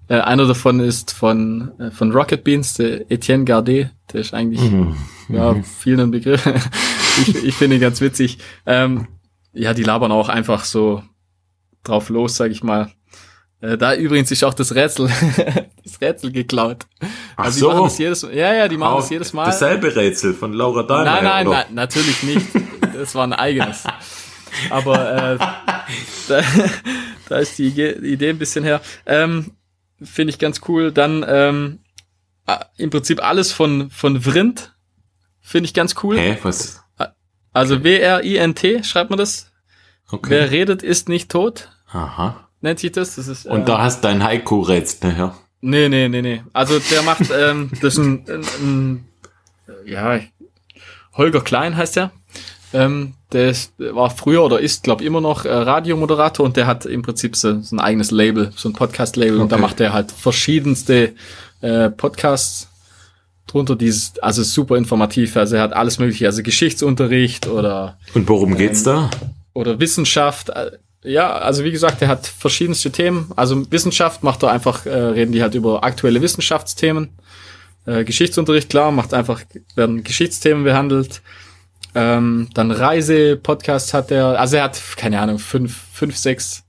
Speaker 2: Äh, einer davon ist von, äh, von Rocket Beans, der Etienne Gardet, der ist eigentlich
Speaker 1: Mhm.
Speaker 2: ja, vielen ein Begriff. ich ich finde ihn ganz witzig. Ähm, ja, die labern auch einfach so drauf los, sag ich mal. Äh, da übrigens ist auch das Rätsel, das Rätsel geklaut.
Speaker 1: Ach
Speaker 2: also
Speaker 1: so.
Speaker 2: die machen das jedes, ja, ja, die machen
Speaker 1: Auch
Speaker 2: das jedes Mal.
Speaker 1: Dasselbe Rätsel von Laura Dahlmeier.
Speaker 2: nein, nein,
Speaker 1: oder?
Speaker 2: nein, natürlich nicht. Das war ein eigenes. Aber äh, da, da ist die Ige- Idee ein bisschen her. Ähm, finde ich ganz cool. Dann ähm, ah, im Prinzip alles von von Vrind finde ich ganz cool.
Speaker 1: Hä, was?
Speaker 2: Also W-R-I-N-T schreibt man das.
Speaker 1: Okay.
Speaker 2: Wer redet, ist nicht tot,
Speaker 1: Aha.
Speaker 2: nennt sich das. das ist,
Speaker 1: Und
Speaker 2: äh,
Speaker 1: da hast dein Haiku-Rätsel, ja.
Speaker 2: Nee, nee, nee, nee. Also der macht, ähm, das ist ein, ein, ein ja, Holger Klein heißt der. Ähm, der ist, war früher oder ist, glaube immer noch äh, Radiomoderator und der hat im Prinzip so, so ein eigenes Label, so ein Podcast-Label und da
Speaker 1: Okay.
Speaker 2: macht er halt verschiedenste äh, Podcasts drunter, dieses, also super informativ, also er hat alles mögliche, also Geschichtsunterricht oder
Speaker 1: Und worum
Speaker 2: Ähm,
Speaker 1: geht's da?
Speaker 2: oder Wissenschaft. äh, Ja, also wie gesagt, er hat verschiedenste Themen. Also Wissenschaft macht er einfach, äh, reden die halt über aktuelle Wissenschaftsthemen. Äh, Geschichtsunterricht, klar, macht einfach, werden Geschichtsthemen behandelt. Ähm, dann Reise-Podcast hat er, also er hat, keine Ahnung, fünf, fünf, sechs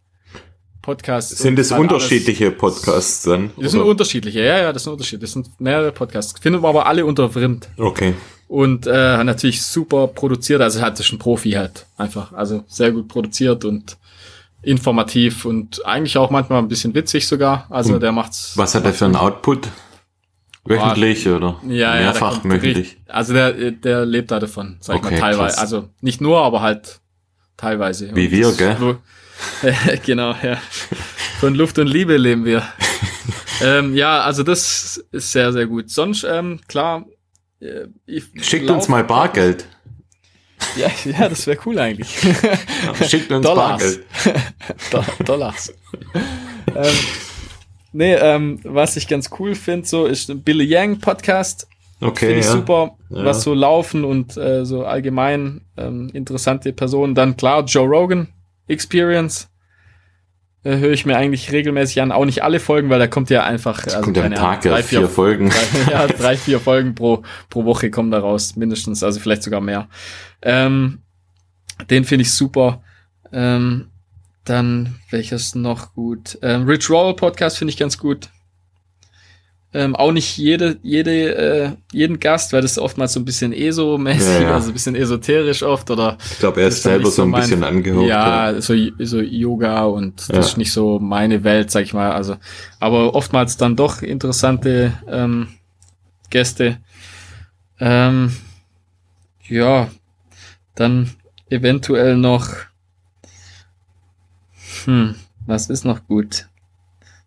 Speaker 2: Podcasts.
Speaker 1: Sind
Speaker 2: und
Speaker 1: es
Speaker 2: halt alles-
Speaker 1: unterschiedliche Podcasts dann?
Speaker 2: Das sind
Speaker 1: oder?
Speaker 2: unterschiedliche, ja, ja, das sind unterschiedliche. Das sind mehrere Podcasts. Findet man aber alle unter Vrind.
Speaker 1: Okay.
Speaker 2: Und äh, hat natürlich super produziert, also hat sich ein Profi halt einfach, also sehr gut produziert und informativ und eigentlich auch manchmal ein bisschen witzig sogar. Also
Speaker 1: Und
Speaker 2: der macht's.
Speaker 1: Was hat er für einen Output? Wöchentlich oder
Speaker 2: Ja, ja, der
Speaker 1: mehrfach
Speaker 2: kommt
Speaker 1: wöchentlich?
Speaker 2: richtig- Also der, der lebt da davon, sag ich
Speaker 1: Okay,
Speaker 2: mal, teilweise.
Speaker 1: krass.
Speaker 2: Also nicht nur, aber halt teilweise.
Speaker 1: Wie
Speaker 2: Und
Speaker 1: wir,
Speaker 2: das-
Speaker 1: gell?
Speaker 2: wo- genau, ja. Von Luft und Liebe leben wir. ähm, ja, also das ist sehr, sehr gut. Sonst, ähm, klar, äh, ich
Speaker 1: Schickt
Speaker 2: glaub-
Speaker 1: uns mal Bargeld.
Speaker 2: Ja, ja das wäre cool eigentlich.
Speaker 1: Schickt uns
Speaker 2: Dollars.
Speaker 1: Bargeld.
Speaker 2: Do Dollars. ähm, nee, ähm, was ich ganz cool finde, so ist ein Billy Yang Podcast.
Speaker 1: Okay,
Speaker 2: Finde ich
Speaker 1: ja.
Speaker 2: super,
Speaker 1: Ja.
Speaker 2: was so laufen und äh, so allgemein ähm, interessante Personen. Dann klar, Joe Rogan Experience. Äh, Höre ich mir eigentlich regelmäßig an. Auch nicht alle Folgen, weil da kommt ja einfach. also
Speaker 1: Es kommt ja am
Speaker 2: keine Ahnung,
Speaker 1: Tag ja
Speaker 2: drei,
Speaker 1: vier, Folgen.
Speaker 2: drei, ja, drei, vier Folgen pro, pro Woche kommen da raus, mindestens, also vielleicht sogar mehr. Ähm, den finde ich super. Ähm, dann, welches noch gut? Ähm, Rich Roll Podcast finde ich ganz gut. Ähm, auch nicht jede, jede, äh, jeden Gast, weil das ist oftmals so ein bisschen ESO-mäßig,
Speaker 1: Ja, ja.
Speaker 2: also ein bisschen esoterisch oft oder
Speaker 1: Ich glaube, er
Speaker 2: Das
Speaker 1: ist
Speaker 2: ist dann
Speaker 1: selber
Speaker 2: nicht
Speaker 1: so
Speaker 2: so
Speaker 1: ein
Speaker 2: mein-
Speaker 1: bisschen angehört.
Speaker 2: ja, so, so Yoga und das
Speaker 1: Ja.
Speaker 2: ist nicht so meine Welt, sag ich mal. Also, aber oftmals dann doch interessante ähm, Gäste. Ähm, ja, dann eventuell noch. Hm, was ist noch gut?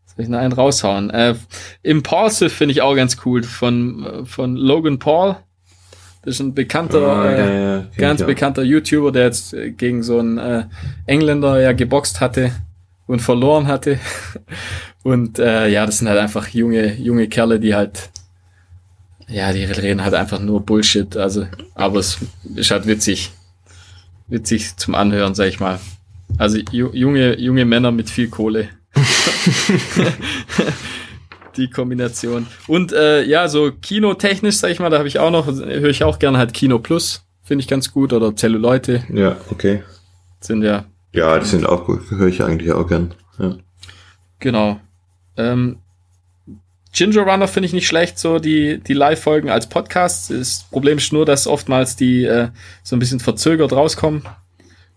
Speaker 2: Soll ich noch einen raushauen? Äh, Impulsive finde ich auch ganz cool von, von Logan Paul. Das ist ein bekannter
Speaker 1: Ah,
Speaker 2: äh,
Speaker 1: ja, ja, kenn
Speaker 2: ganz
Speaker 1: ich auch.
Speaker 2: bekannter YouTuber, der jetzt äh, gegen so einen äh, Engländer ja geboxt hatte und verloren hatte. Und äh, ja, das sind halt einfach junge, junge Kerle, die halt, ja, die reden halt einfach nur Bullshit. Also, aber es ist halt witzig. Witzig zum Anhören, sag ich mal. Also ju junge, junge Männer mit viel Kohle. Die Kombination. Und äh, ja, so kinotechnisch, sag ich mal, da habe ich auch noch, höre ich auch gerne halt Kino Plus, finde ich ganz gut. Oder Zelluleute
Speaker 1: Ja, okay.
Speaker 2: sind ja,
Speaker 1: Ja, die sind auch gut. Höre ich eigentlich auch gern. Ja.
Speaker 2: genau. Ähm, Ginger Runner finde ich nicht schlecht, so die, die Live-Folgen als Podcast. Das Problem ist nur, dass oftmals die äh, so ein bisschen verzögert rauskommen.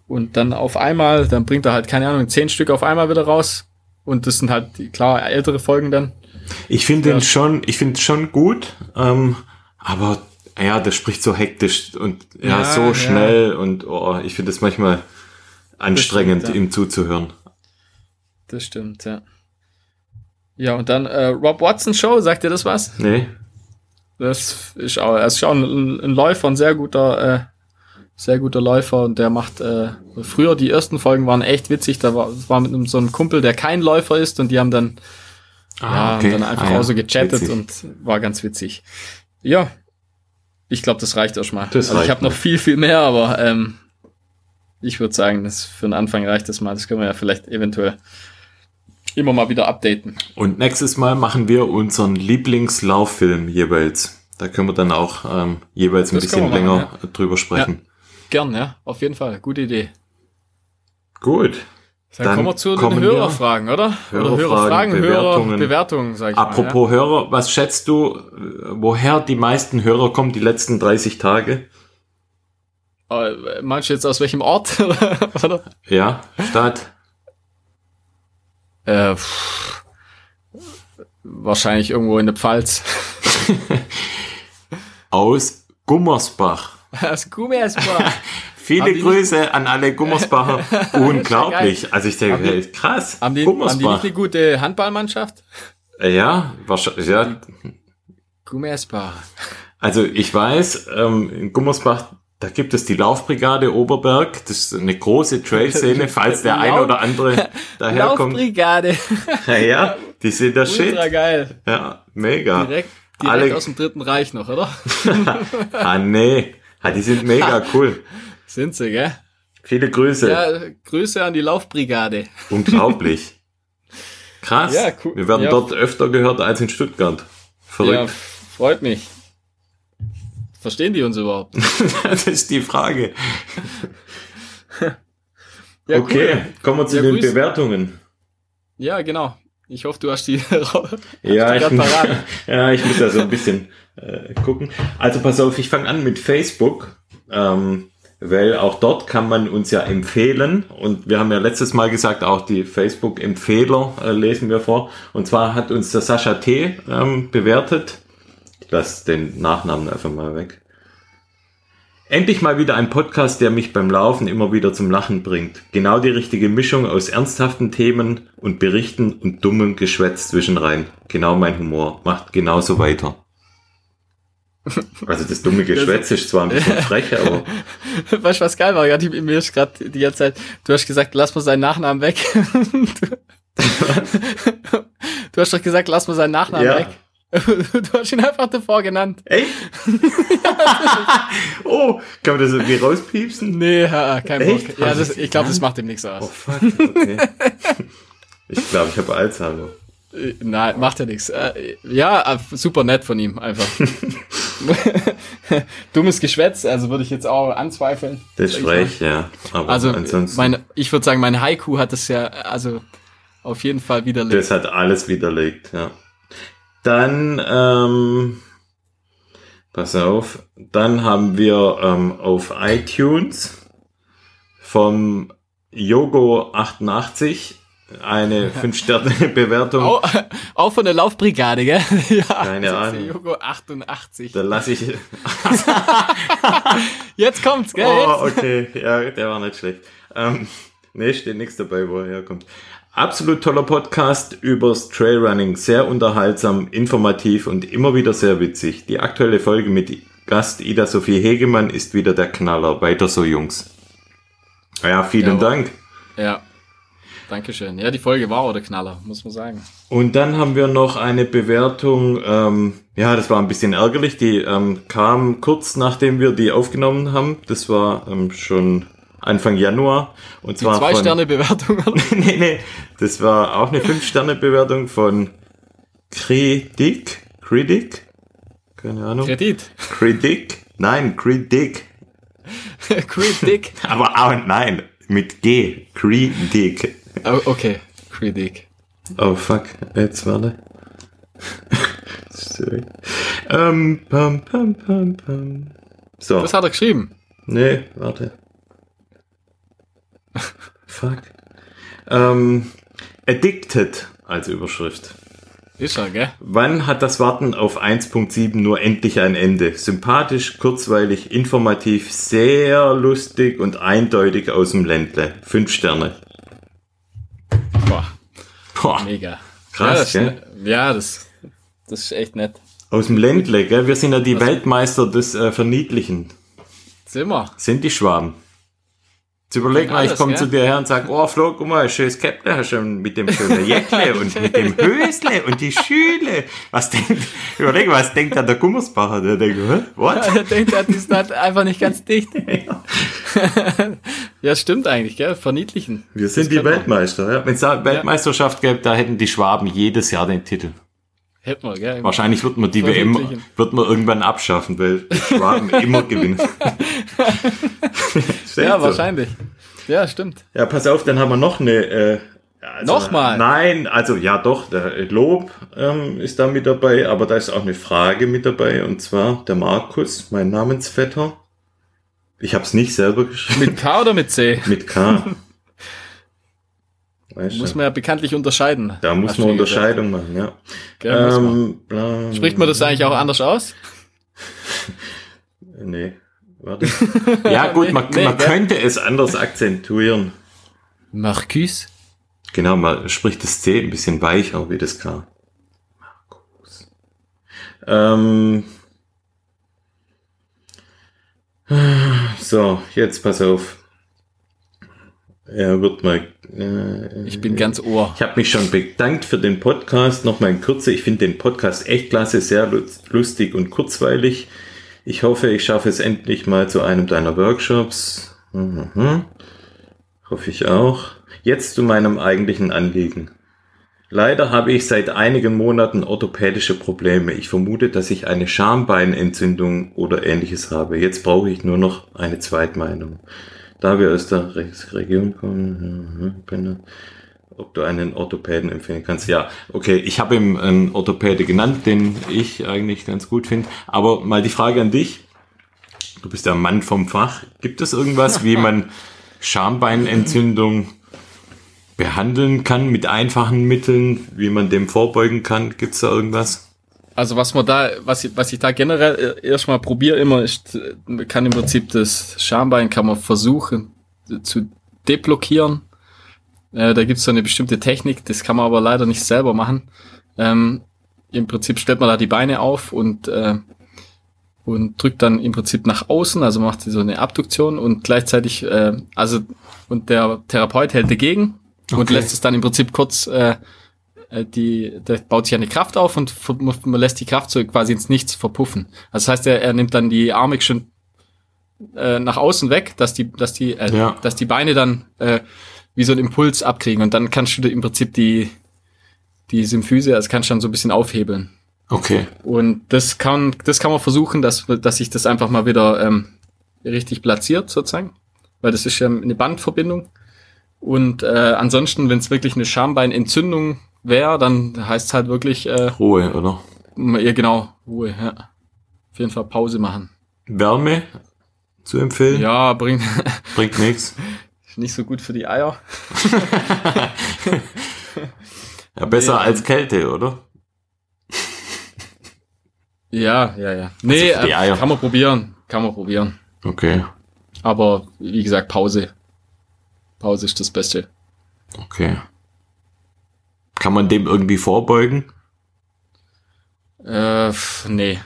Speaker 2: Und dann auf einmal, dann bringt er halt, keine Ahnung, zehn Stück auf einmal wieder raus. Und das sind halt, die, klar, ältere Folgen dann.
Speaker 1: Ich finde
Speaker 2: Ja.
Speaker 1: den schon, ich finde schon gut, ähm, aber ja, das spricht so hektisch und ja,
Speaker 2: Ja,
Speaker 1: so
Speaker 2: ja.
Speaker 1: schnell und oh, ich finde es manchmal anstrengend,
Speaker 2: Das stimmt, ja.
Speaker 1: ihm zuzuhören.
Speaker 2: Das stimmt, ja. Ja, und dann äh, Rob Watson Show, sagt ihr das was?
Speaker 1: Nee?
Speaker 2: Das ist auch, er ist auch ein, ein Läufer, ein sehr guter, äh, sehr guter Läufer und der macht äh, früher die ersten Folgen waren echt witzig. Da war, war mit einem, so einem Kumpel, der kein Läufer ist und die haben dann, ja, haben dann einfach
Speaker 1: Ah, ja.
Speaker 2: auch so gechattet
Speaker 1: Witzig.
Speaker 2: und war ganz witzig. Ja, ich glaube, das reicht auch schon mal.
Speaker 1: Das
Speaker 2: also ich
Speaker 1: reicht
Speaker 2: habe noch
Speaker 1: mal.
Speaker 2: viel, viel mehr, aber ähm, ich würde sagen, das für den Anfang reicht das mal. Das können wir ja vielleicht eventuell immer mal wieder updaten.
Speaker 1: Und nächstes Mal machen wir unseren Lieblingslauffilm jeweils. Da können wir dann auch ähm, jeweils ein
Speaker 2: Das
Speaker 1: bisschen
Speaker 2: können wir
Speaker 1: länger
Speaker 2: machen,
Speaker 1: drüber sprechen.
Speaker 2: Gern, ja, auf jeden Fall. Gute Idee.
Speaker 1: Gut.
Speaker 2: Dann,
Speaker 1: Dann
Speaker 2: kommen wir zu
Speaker 1: kommen
Speaker 2: den
Speaker 1: wir-
Speaker 2: Hörerfragen, oder?
Speaker 1: Hörerfragen,
Speaker 2: oder Hörerfragen, Bewertungen.
Speaker 1: Bewertungen.
Speaker 2: Hörer, Bewertungen, sag ich mal.
Speaker 1: Apropos Hörer, was schätzt du, äh, woher die meisten Hörer kommen die letzten 30 Tage?
Speaker 2: Ja. Äh, Meinst du jetzt aus welchem Ort? oder?
Speaker 1: Ja, Stadt.
Speaker 2: Äh, pff, wahrscheinlich irgendwo in der Pfalz.
Speaker 1: aus Gummersbach.
Speaker 2: aus Gummersbach. Haben
Speaker 1: Viele
Speaker 2: die
Speaker 1: Grüße an alle Gummersbacher. Unglaublich. Also ich denke,
Speaker 2: Haben
Speaker 1: krass.
Speaker 2: Haben die, haben die nicht
Speaker 1: Gummersbach.
Speaker 2: eine gute Handballmannschaft?
Speaker 1: Ja, wahrscheinlich, ja.
Speaker 2: Gummersbach.
Speaker 1: Also ich weiß, ähm, in Gummersbach, da gibt es die Laufbrigade Oberberg. Das ist eine große Trail-Szene, falls der eine
Speaker 2: Lauf-
Speaker 1: oder andere daherkommt.
Speaker 2: Laufbrigade.
Speaker 1: Ja, ja, die sind der Shit. Ah,
Speaker 2: Ultra geil.
Speaker 1: Ja, mega.
Speaker 2: Direkt, direkt
Speaker 1: Alle-
Speaker 2: aus dem Dritten Reich noch, oder?
Speaker 1: Ah, nee. Ah, die sind mega cool.
Speaker 2: Sind sie, gell?
Speaker 1: Viele Grüße.
Speaker 2: Ja, Grüße an die Laufbrigade.
Speaker 1: Unglaublich. Krass.
Speaker 2: Ja, cool.
Speaker 1: Wir werden
Speaker 2: Ja.
Speaker 1: dort öfter gehört als in Stuttgart.
Speaker 2: Ja,
Speaker 1: Verrückt.
Speaker 2: freut mich. Verstehen die uns überhaupt?
Speaker 1: das ist die Frage.
Speaker 2: Ja,
Speaker 1: okay,
Speaker 2: cool.
Speaker 1: kommen wir zu
Speaker 2: Ja,
Speaker 1: den
Speaker 2: grüß.
Speaker 1: Bewertungen.
Speaker 2: Ja, genau. Ich hoffe, du hast die
Speaker 1: Ja
Speaker 2: ich
Speaker 1: ich,
Speaker 2: grad
Speaker 1: muss,
Speaker 2: parat.
Speaker 1: ja, ich muss da so ein bisschen äh, gucken. Also pass auf, ich fange an mit Facebook, ähm, weil auch dort kann man uns ja empfehlen. Und wir haben ja letztes Mal gesagt, auch die Facebook-Empfehler äh, lesen wir vor. Und zwar hat uns der Sascha T. Ähm, bewertet. Ich lasse den Nachnamen einfach mal weg. Endlich mal wieder ein Podcast, der mich beim Laufen immer wieder zum Lachen bringt. Genau die richtige Mischung aus ernsthaften Themen und Berichten und dummem Geschwätz zwischenrein. Genau mein Humor. Macht genauso weiter. Also das dumme Geschwätz ist zwar ein bisschen frech, aber
Speaker 2: Weißt du, was geil war? Gerade mir ist gerade die ganze Zeit, du hast gesagt, lass mal seinen Nachnamen weg. du, du hast doch gesagt, lass mal seinen Nachnamen
Speaker 1: ja.
Speaker 2: weg. Du hast ihn einfach davor genannt.
Speaker 1: Echt? oh, kann man das irgendwie rauspiepsen?
Speaker 2: Nee, ha, kein
Speaker 1: Echt?
Speaker 2: Bock. Ja, das, ich glaube, das macht ihm nichts
Speaker 1: Oh
Speaker 2: aus.
Speaker 1: fuck, okay. Ich glaube, ich habe Alzheimer.
Speaker 2: Äh, Nein, macht ja nichts. Äh, Ja, äh, super nett von ihm, einfach. Dummes Geschwätz, also würde ich jetzt auch anzweifeln.
Speaker 1: Das ist
Speaker 2: Sag ich mal.
Speaker 1: frech, ja. Aber
Speaker 2: Also,
Speaker 1: ansonsten,
Speaker 2: meine, ich würde sagen, mein Haiku hat das ja, äh, also, auf jeden Fall widerlegt.
Speaker 1: das hat alles widerlegt, ja. Dann, ähm, pass auf, dann haben wir ähm, auf iTunes vom Yogo88 eine 5-Sterne-Bewertung.
Speaker 2: Au- auch von der Laufbrigade, gell? ja,
Speaker 1: Keine
Speaker 2: das ist
Speaker 1: Ahnung.
Speaker 2: der Jogo 88.
Speaker 1: Da lasse ich
Speaker 2: Jetzt kommt's, gell?
Speaker 1: Oh,
Speaker 2: Jetzt.
Speaker 1: okay. Ja, der war nicht schlecht. Ähm, nee, steht nichts dabei, wo er herkommt. Absolut toller Podcast übers Trailrunning. Sehr unterhaltsam, informativ und immer wieder sehr witzig. Die aktuelle Folge mit Gast Ida Sophie Hegemann ist wieder der Knaller. Weiter so, Jungs. Ah Ja, vielen
Speaker 2: Jawohl.
Speaker 1: Dank.
Speaker 2: Ja. Dankeschön. Ja, die Folge war oder Knaller, muss man sagen.
Speaker 1: Und dann haben wir noch eine Bewertung, ähm, ja, das war ein bisschen ärgerlich, die ähm, kam kurz nachdem wir die aufgenommen haben. Das war ähm, schon Anfang Januar. Und
Speaker 2: Die
Speaker 1: zwar von-
Speaker 2: Zwei-Sterne-Bewertung. oder?
Speaker 1: nee, nee, das war auch eine 5-Sterne-Bewertung von Critic. Critic? Keine Ahnung.
Speaker 2: Kredit.
Speaker 1: Critic? Nein, Critic.
Speaker 2: Critic.
Speaker 1: Aber auch nein, mit G. Critic.
Speaker 2: Oh, okay. Critic.
Speaker 1: Oh fuck, jetzt warte. Sorry. Ähm, pam, pam, pam, pam. So,
Speaker 2: Das hat er geschrieben.
Speaker 1: nee, warte. fuck. Ähm, addicted als Überschrift.
Speaker 2: Ist er, gell?
Speaker 1: Wann hat das Warten auf 1.7 nur endlich ein Ende? Sympathisch, kurzweilig, informativ, sehr lustig und eindeutig aus dem Ländle. Fünf Sterne.
Speaker 2: Boah,
Speaker 1: Boah,
Speaker 2: mega.
Speaker 1: Krass,
Speaker 2: ja, das, ne-
Speaker 1: gell?
Speaker 2: ja, das, das ist echt nett.
Speaker 1: aus dem Ländle, gell? Wir sind ja die Weltmeister des äh, Verniedlichen.
Speaker 2: Zimmer.
Speaker 1: Sind die Schwaben. Jetzt überleg mal, ich
Speaker 2: Alles,
Speaker 1: komme
Speaker 2: gell?
Speaker 1: zu dir her und sag, oh Flo, guck mal, schönes Käpple hast du mit dem schönen Jäckle und mit dem Hösle und die Schüle. Was denkt, überleg mal, was denkt da der Gummersbacher? Der denkt, hä? what?
Speaker 2: Der denkt, er ist halt einfach nicht ganz dicht. ja, stimmt eigentlich, gell? Verniedlichen.
Speaker 1: Wir sind die Weltmeister. Ja. Wenn es da Weltmeisterschaft gäbe, da hätten die Schwaben jedes Jahr den Titel.
Speaker 2: Hätten wir, gell?
Speaker 1: Wahrscheinlich wird man die
Speaker 2: Vermutlich.
Speaker 1: WM wird man irgendwann abschaffen, weil die Schwaben immer gewinnen.
Speaker 2: Ja, wahrscheinlich. Ja, stimmt.
Speaker 1: Ja, pass auf, dann haben wir noch eine. Äh, also,
Speaker 2: Nochmal?
Speaker 1: Nein, also ja doch, der Lob ähm, ist da mit dabei, aber da ist auch eine Frage mit dabei und zwar der Markus, mein Namensvetter. Ich hab's nicht selber geschrieben.
Speaker 2: Mit K oder mit C?
Speaker 1: Mit K. Weißt
Speaker 2: Muss
Speaker 1: du?
Speaker 2: man ja bekanntlich unterscheiden.
Speaker 1: Da muss
Speaker 2: Hast du
Speaker 1: man
Speaker 2: ja gesagt.
Speaker 1: Unterscheidung machen, ja.
Speaker 2: Gell, muss man.
Speaker 1: Ähm, bla-
Speaker 2: Spricht man das eigentlich auch anders aus?
Speaker 1: Nee, warte. ja, gut, man,
Speaker 2: Nee,
Speaker 1: man
Speaker 2: gell?
Speaker 1: könnte es anders akzentuieren.
Speaker 2: Marcus?
Speaker 1: Genau, man spricht das C ein bisschen weicher wie das K. Ähm, so, jetzt pass auf. Er wird mal. Äh,
Speaker 2: Ich bin ganz ohr.
Speaker 1: Ich habe mich schon bedankt für den Podcast. Nochmal in Kürze. Ich finde den Podcast echt klasse, sehr lu- lustig und kurzweilig. Ich hoffe, ich schaffe es endlich mal zu einem deiner Workshops. Mhm. Hoffe ich auch. Jetzt zu meinem eigentlichen Anliegen. Leider habe ich seit einigen Monaten orthopädische Probleme. Ich vermute, dass ich eine Schambeinentzündung oder ähnliches habe. Jetzt brauche ich nur noch eine Zweitmeinung. Da wir aus der Re- Region kommen, mhm, bin- ob du einen Orthopäden empfehlen kannst. Ja, okay, ich habe ihm einen Orthopäde genannt, den ich eigentlich ganz gut finde. Aber mal die Frage an dich. Du bist der Mann vom Fach. Gibt es irgendwas, wie man Schambeinentzündung behandeln kann mit einfachen Mitteln, wie man dem vorbeugen kann? Gibt es da irgendwas?
Speaker 2: Also was man da, was ich, was ich da generell äh, erstmal probiere immer, ist, äh, man kann im Prinzip das Schambein kann man versuchen äh, zu deblockieren. Äh, da gibt's so eine bestimmte Technik, das kann man aber leider nicht selber machen. Ähm, Im Prinzip stellt man da die Beine auf und, äh, und drückt dann im Prinzip nach außen, also macht sie so eine Abduktion und gleichzeitig, äh, also und der Therapeut hält dagegen und
Speaker 1: Okay.
Speaker 2: lässt es dann im Prinzip kurz äh, äh, die, da baut sich eine Kraft auf und ver- man lässt die Kraft so quasi ins Nichts verpuffen. Also das heißt, er, er nimmt dann die Arme schon äh, nach außen weg, dass die, dass die, äh,
Speaker 1: Ja.
Speaker 2: dass die Beine dann äh, wie so einen Impuls abkriegen und dann kannst du dir im Prinzip die, die Symphyse, also kannst du dann so ein bisschen aufhebeln.
Speaker 1: Okay.
Speaker 2: Und das kann, das kann man versuchen, dass, dass sich das einfach mal wieder ähm, richtig platziert, sozusagen. Weil das ist ja eine Bandverbindung. Und äh, ansonsten, wenn es wirklich eine Schambeinentzündung wäre, dann heißt es halt wirklich, äh,
Speaker 1: Ruhe, oder?
Speaker 2: ja genau, Ruhe, ja. Auf jeden Fall Pause machen.
Speaker 1: Wärme zu empfehlen?
Speaker 2: Ja, bringt
Speaker 1: Bringt nichts.
Speaker 2: nicht so gut für die Eier.
Speaker 1: Ja, besser
Speaker 2: Nee.
Speaker 1: als Kälte, oder?
Speaker 2: Ja, ja, ja. Nee,
Speaker 1: für die Eier.
Speaker 2: äh, kann man probieren. Kann man probieren.
Speaker 1: Okay,
Speaker 2: Aber wie gesagt, Pause. Pause ist das Beste.
Speaker 1: okay. Kann man dem irgendwie vorbeugen?
Speaker 2: Äh, pf, nee.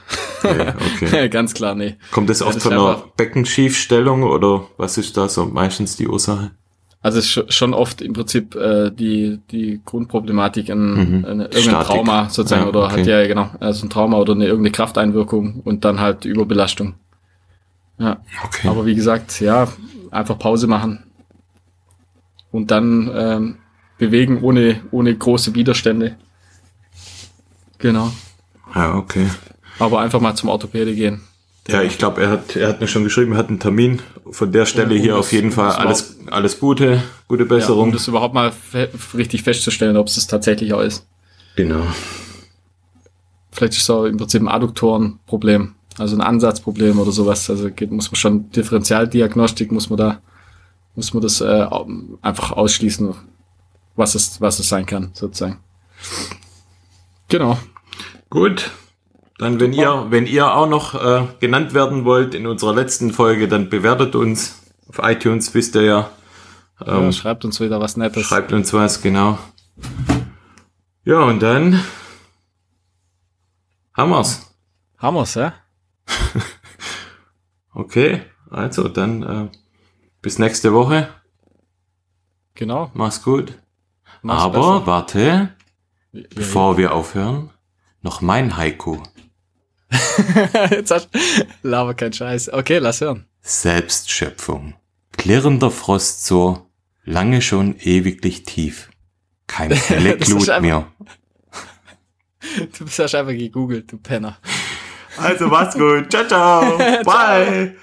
Speaker 1: Nee, okay.
Speaker 2: Ganz klar, nee.
Speaker 1: Kommt das
Speaker 2: Ja,
Speaker 1: oft
Speaker 2: das
Speaker 1: von
Speaker 2: ist
Speaker 1: einer
Speaker 2: einfach-
Speaker 1: Beckenschiefstellung oder was ist da so meistens die Ursache?
Speaker 2: Also es ist sch- schon oft im Prinzip äh, die, die Grundproblematik in,
Speaker 1: Mhm.
Speaker 2: in irgendein
Speaker 1: Statik.
Speaker 2: Trauma sozusagen
Speaker 1: Ja,
Speaker 2: oder
Speaker 1: okay.
Speaker 2: hat ja genau, also ein Trauma oder eine irgendeine Krafteinwirkung und dann halt Überbelastung. Ja.
Speaker 1: Okay.
Speaker 2: Aber wie gesagt, ja, einfach Pause machen. Und dann ähm, bewegen ohne, ohne große Widerstände. Genau.
Speaker 1: ja, okay.
Speaker 2: Aber einfach mal zum Orthopäde gehen.
Speaker 1: Ja, ich glaube, er hat, er hat mir schon geschrieben, er hat einen Termin. Von der Stelle
Speaker 2: Ja, um
Speaker 1: hier
Speaker 2: das-
Speaker 1: auf jeden
Speaker 2: um
Speaker 1: Fall
Speaker 2: das
Speaker 1: alles, alles Gute, gute
Speaker 2: Ja, um
Speaker 1: Besserung.
Speaker 2: das überhaupt mal fe richtig festzustellen, ob es das tatsächlich auch ist.
Speaker 1: genau.
Speaker 2: vielleicht ist es auch im Prinzip ein Adduktorenproblem, also ein Ansatzproblem oder sowas. Also geht, muss man schon Differentialdiagnostik, muss man da, muss man das äh, au- einfach ausschließen, was es, was es sein kann, sozusagen. Genau.
Speaker 1: Gut. Dann, wenn ihr, wenn ihr auch noch äh, genannt werden wollt in unserer letzten Folge, dann bewertet uns. Auf iTunes wisst ihr ja.
Speaker 2: ja,
Speaker 1: Ähm,
Speaker 2: schreibt uns wieder was Nettes.
Speaker 1: Schreibt uns was, genau. Ja, und dann haben wir's.
Speaker 2: Haben wir's, ja?
Speaker 1: Okay, also dann äh, bis nächste Woche.
Speaker 2: Genau.
Speaker 1: Mach's gut.
Speaker 2: Mach's
Speaker 1: Aber warte,
Speaker 2: besser.
Speaker 1: bevor wir aufhören, noch mein Haiku.
Speaker 2: Jetzt hast Laber kein Scheiß. Okay, lass hören.
Speaker 1: Selbstschöpfung. Klirrender Frost so, lange schon ewiglich tief. Kein Fleck
Speaker 2: Das ist
Speaker 1: Glut
Speaker 2: einfach-
Speaker 1: mehr.
Speaker 2: Du bist hast einfach gegoogelt, du Penner.
Speaker 1: Also mach's gut. Ciao, ciao. Bye.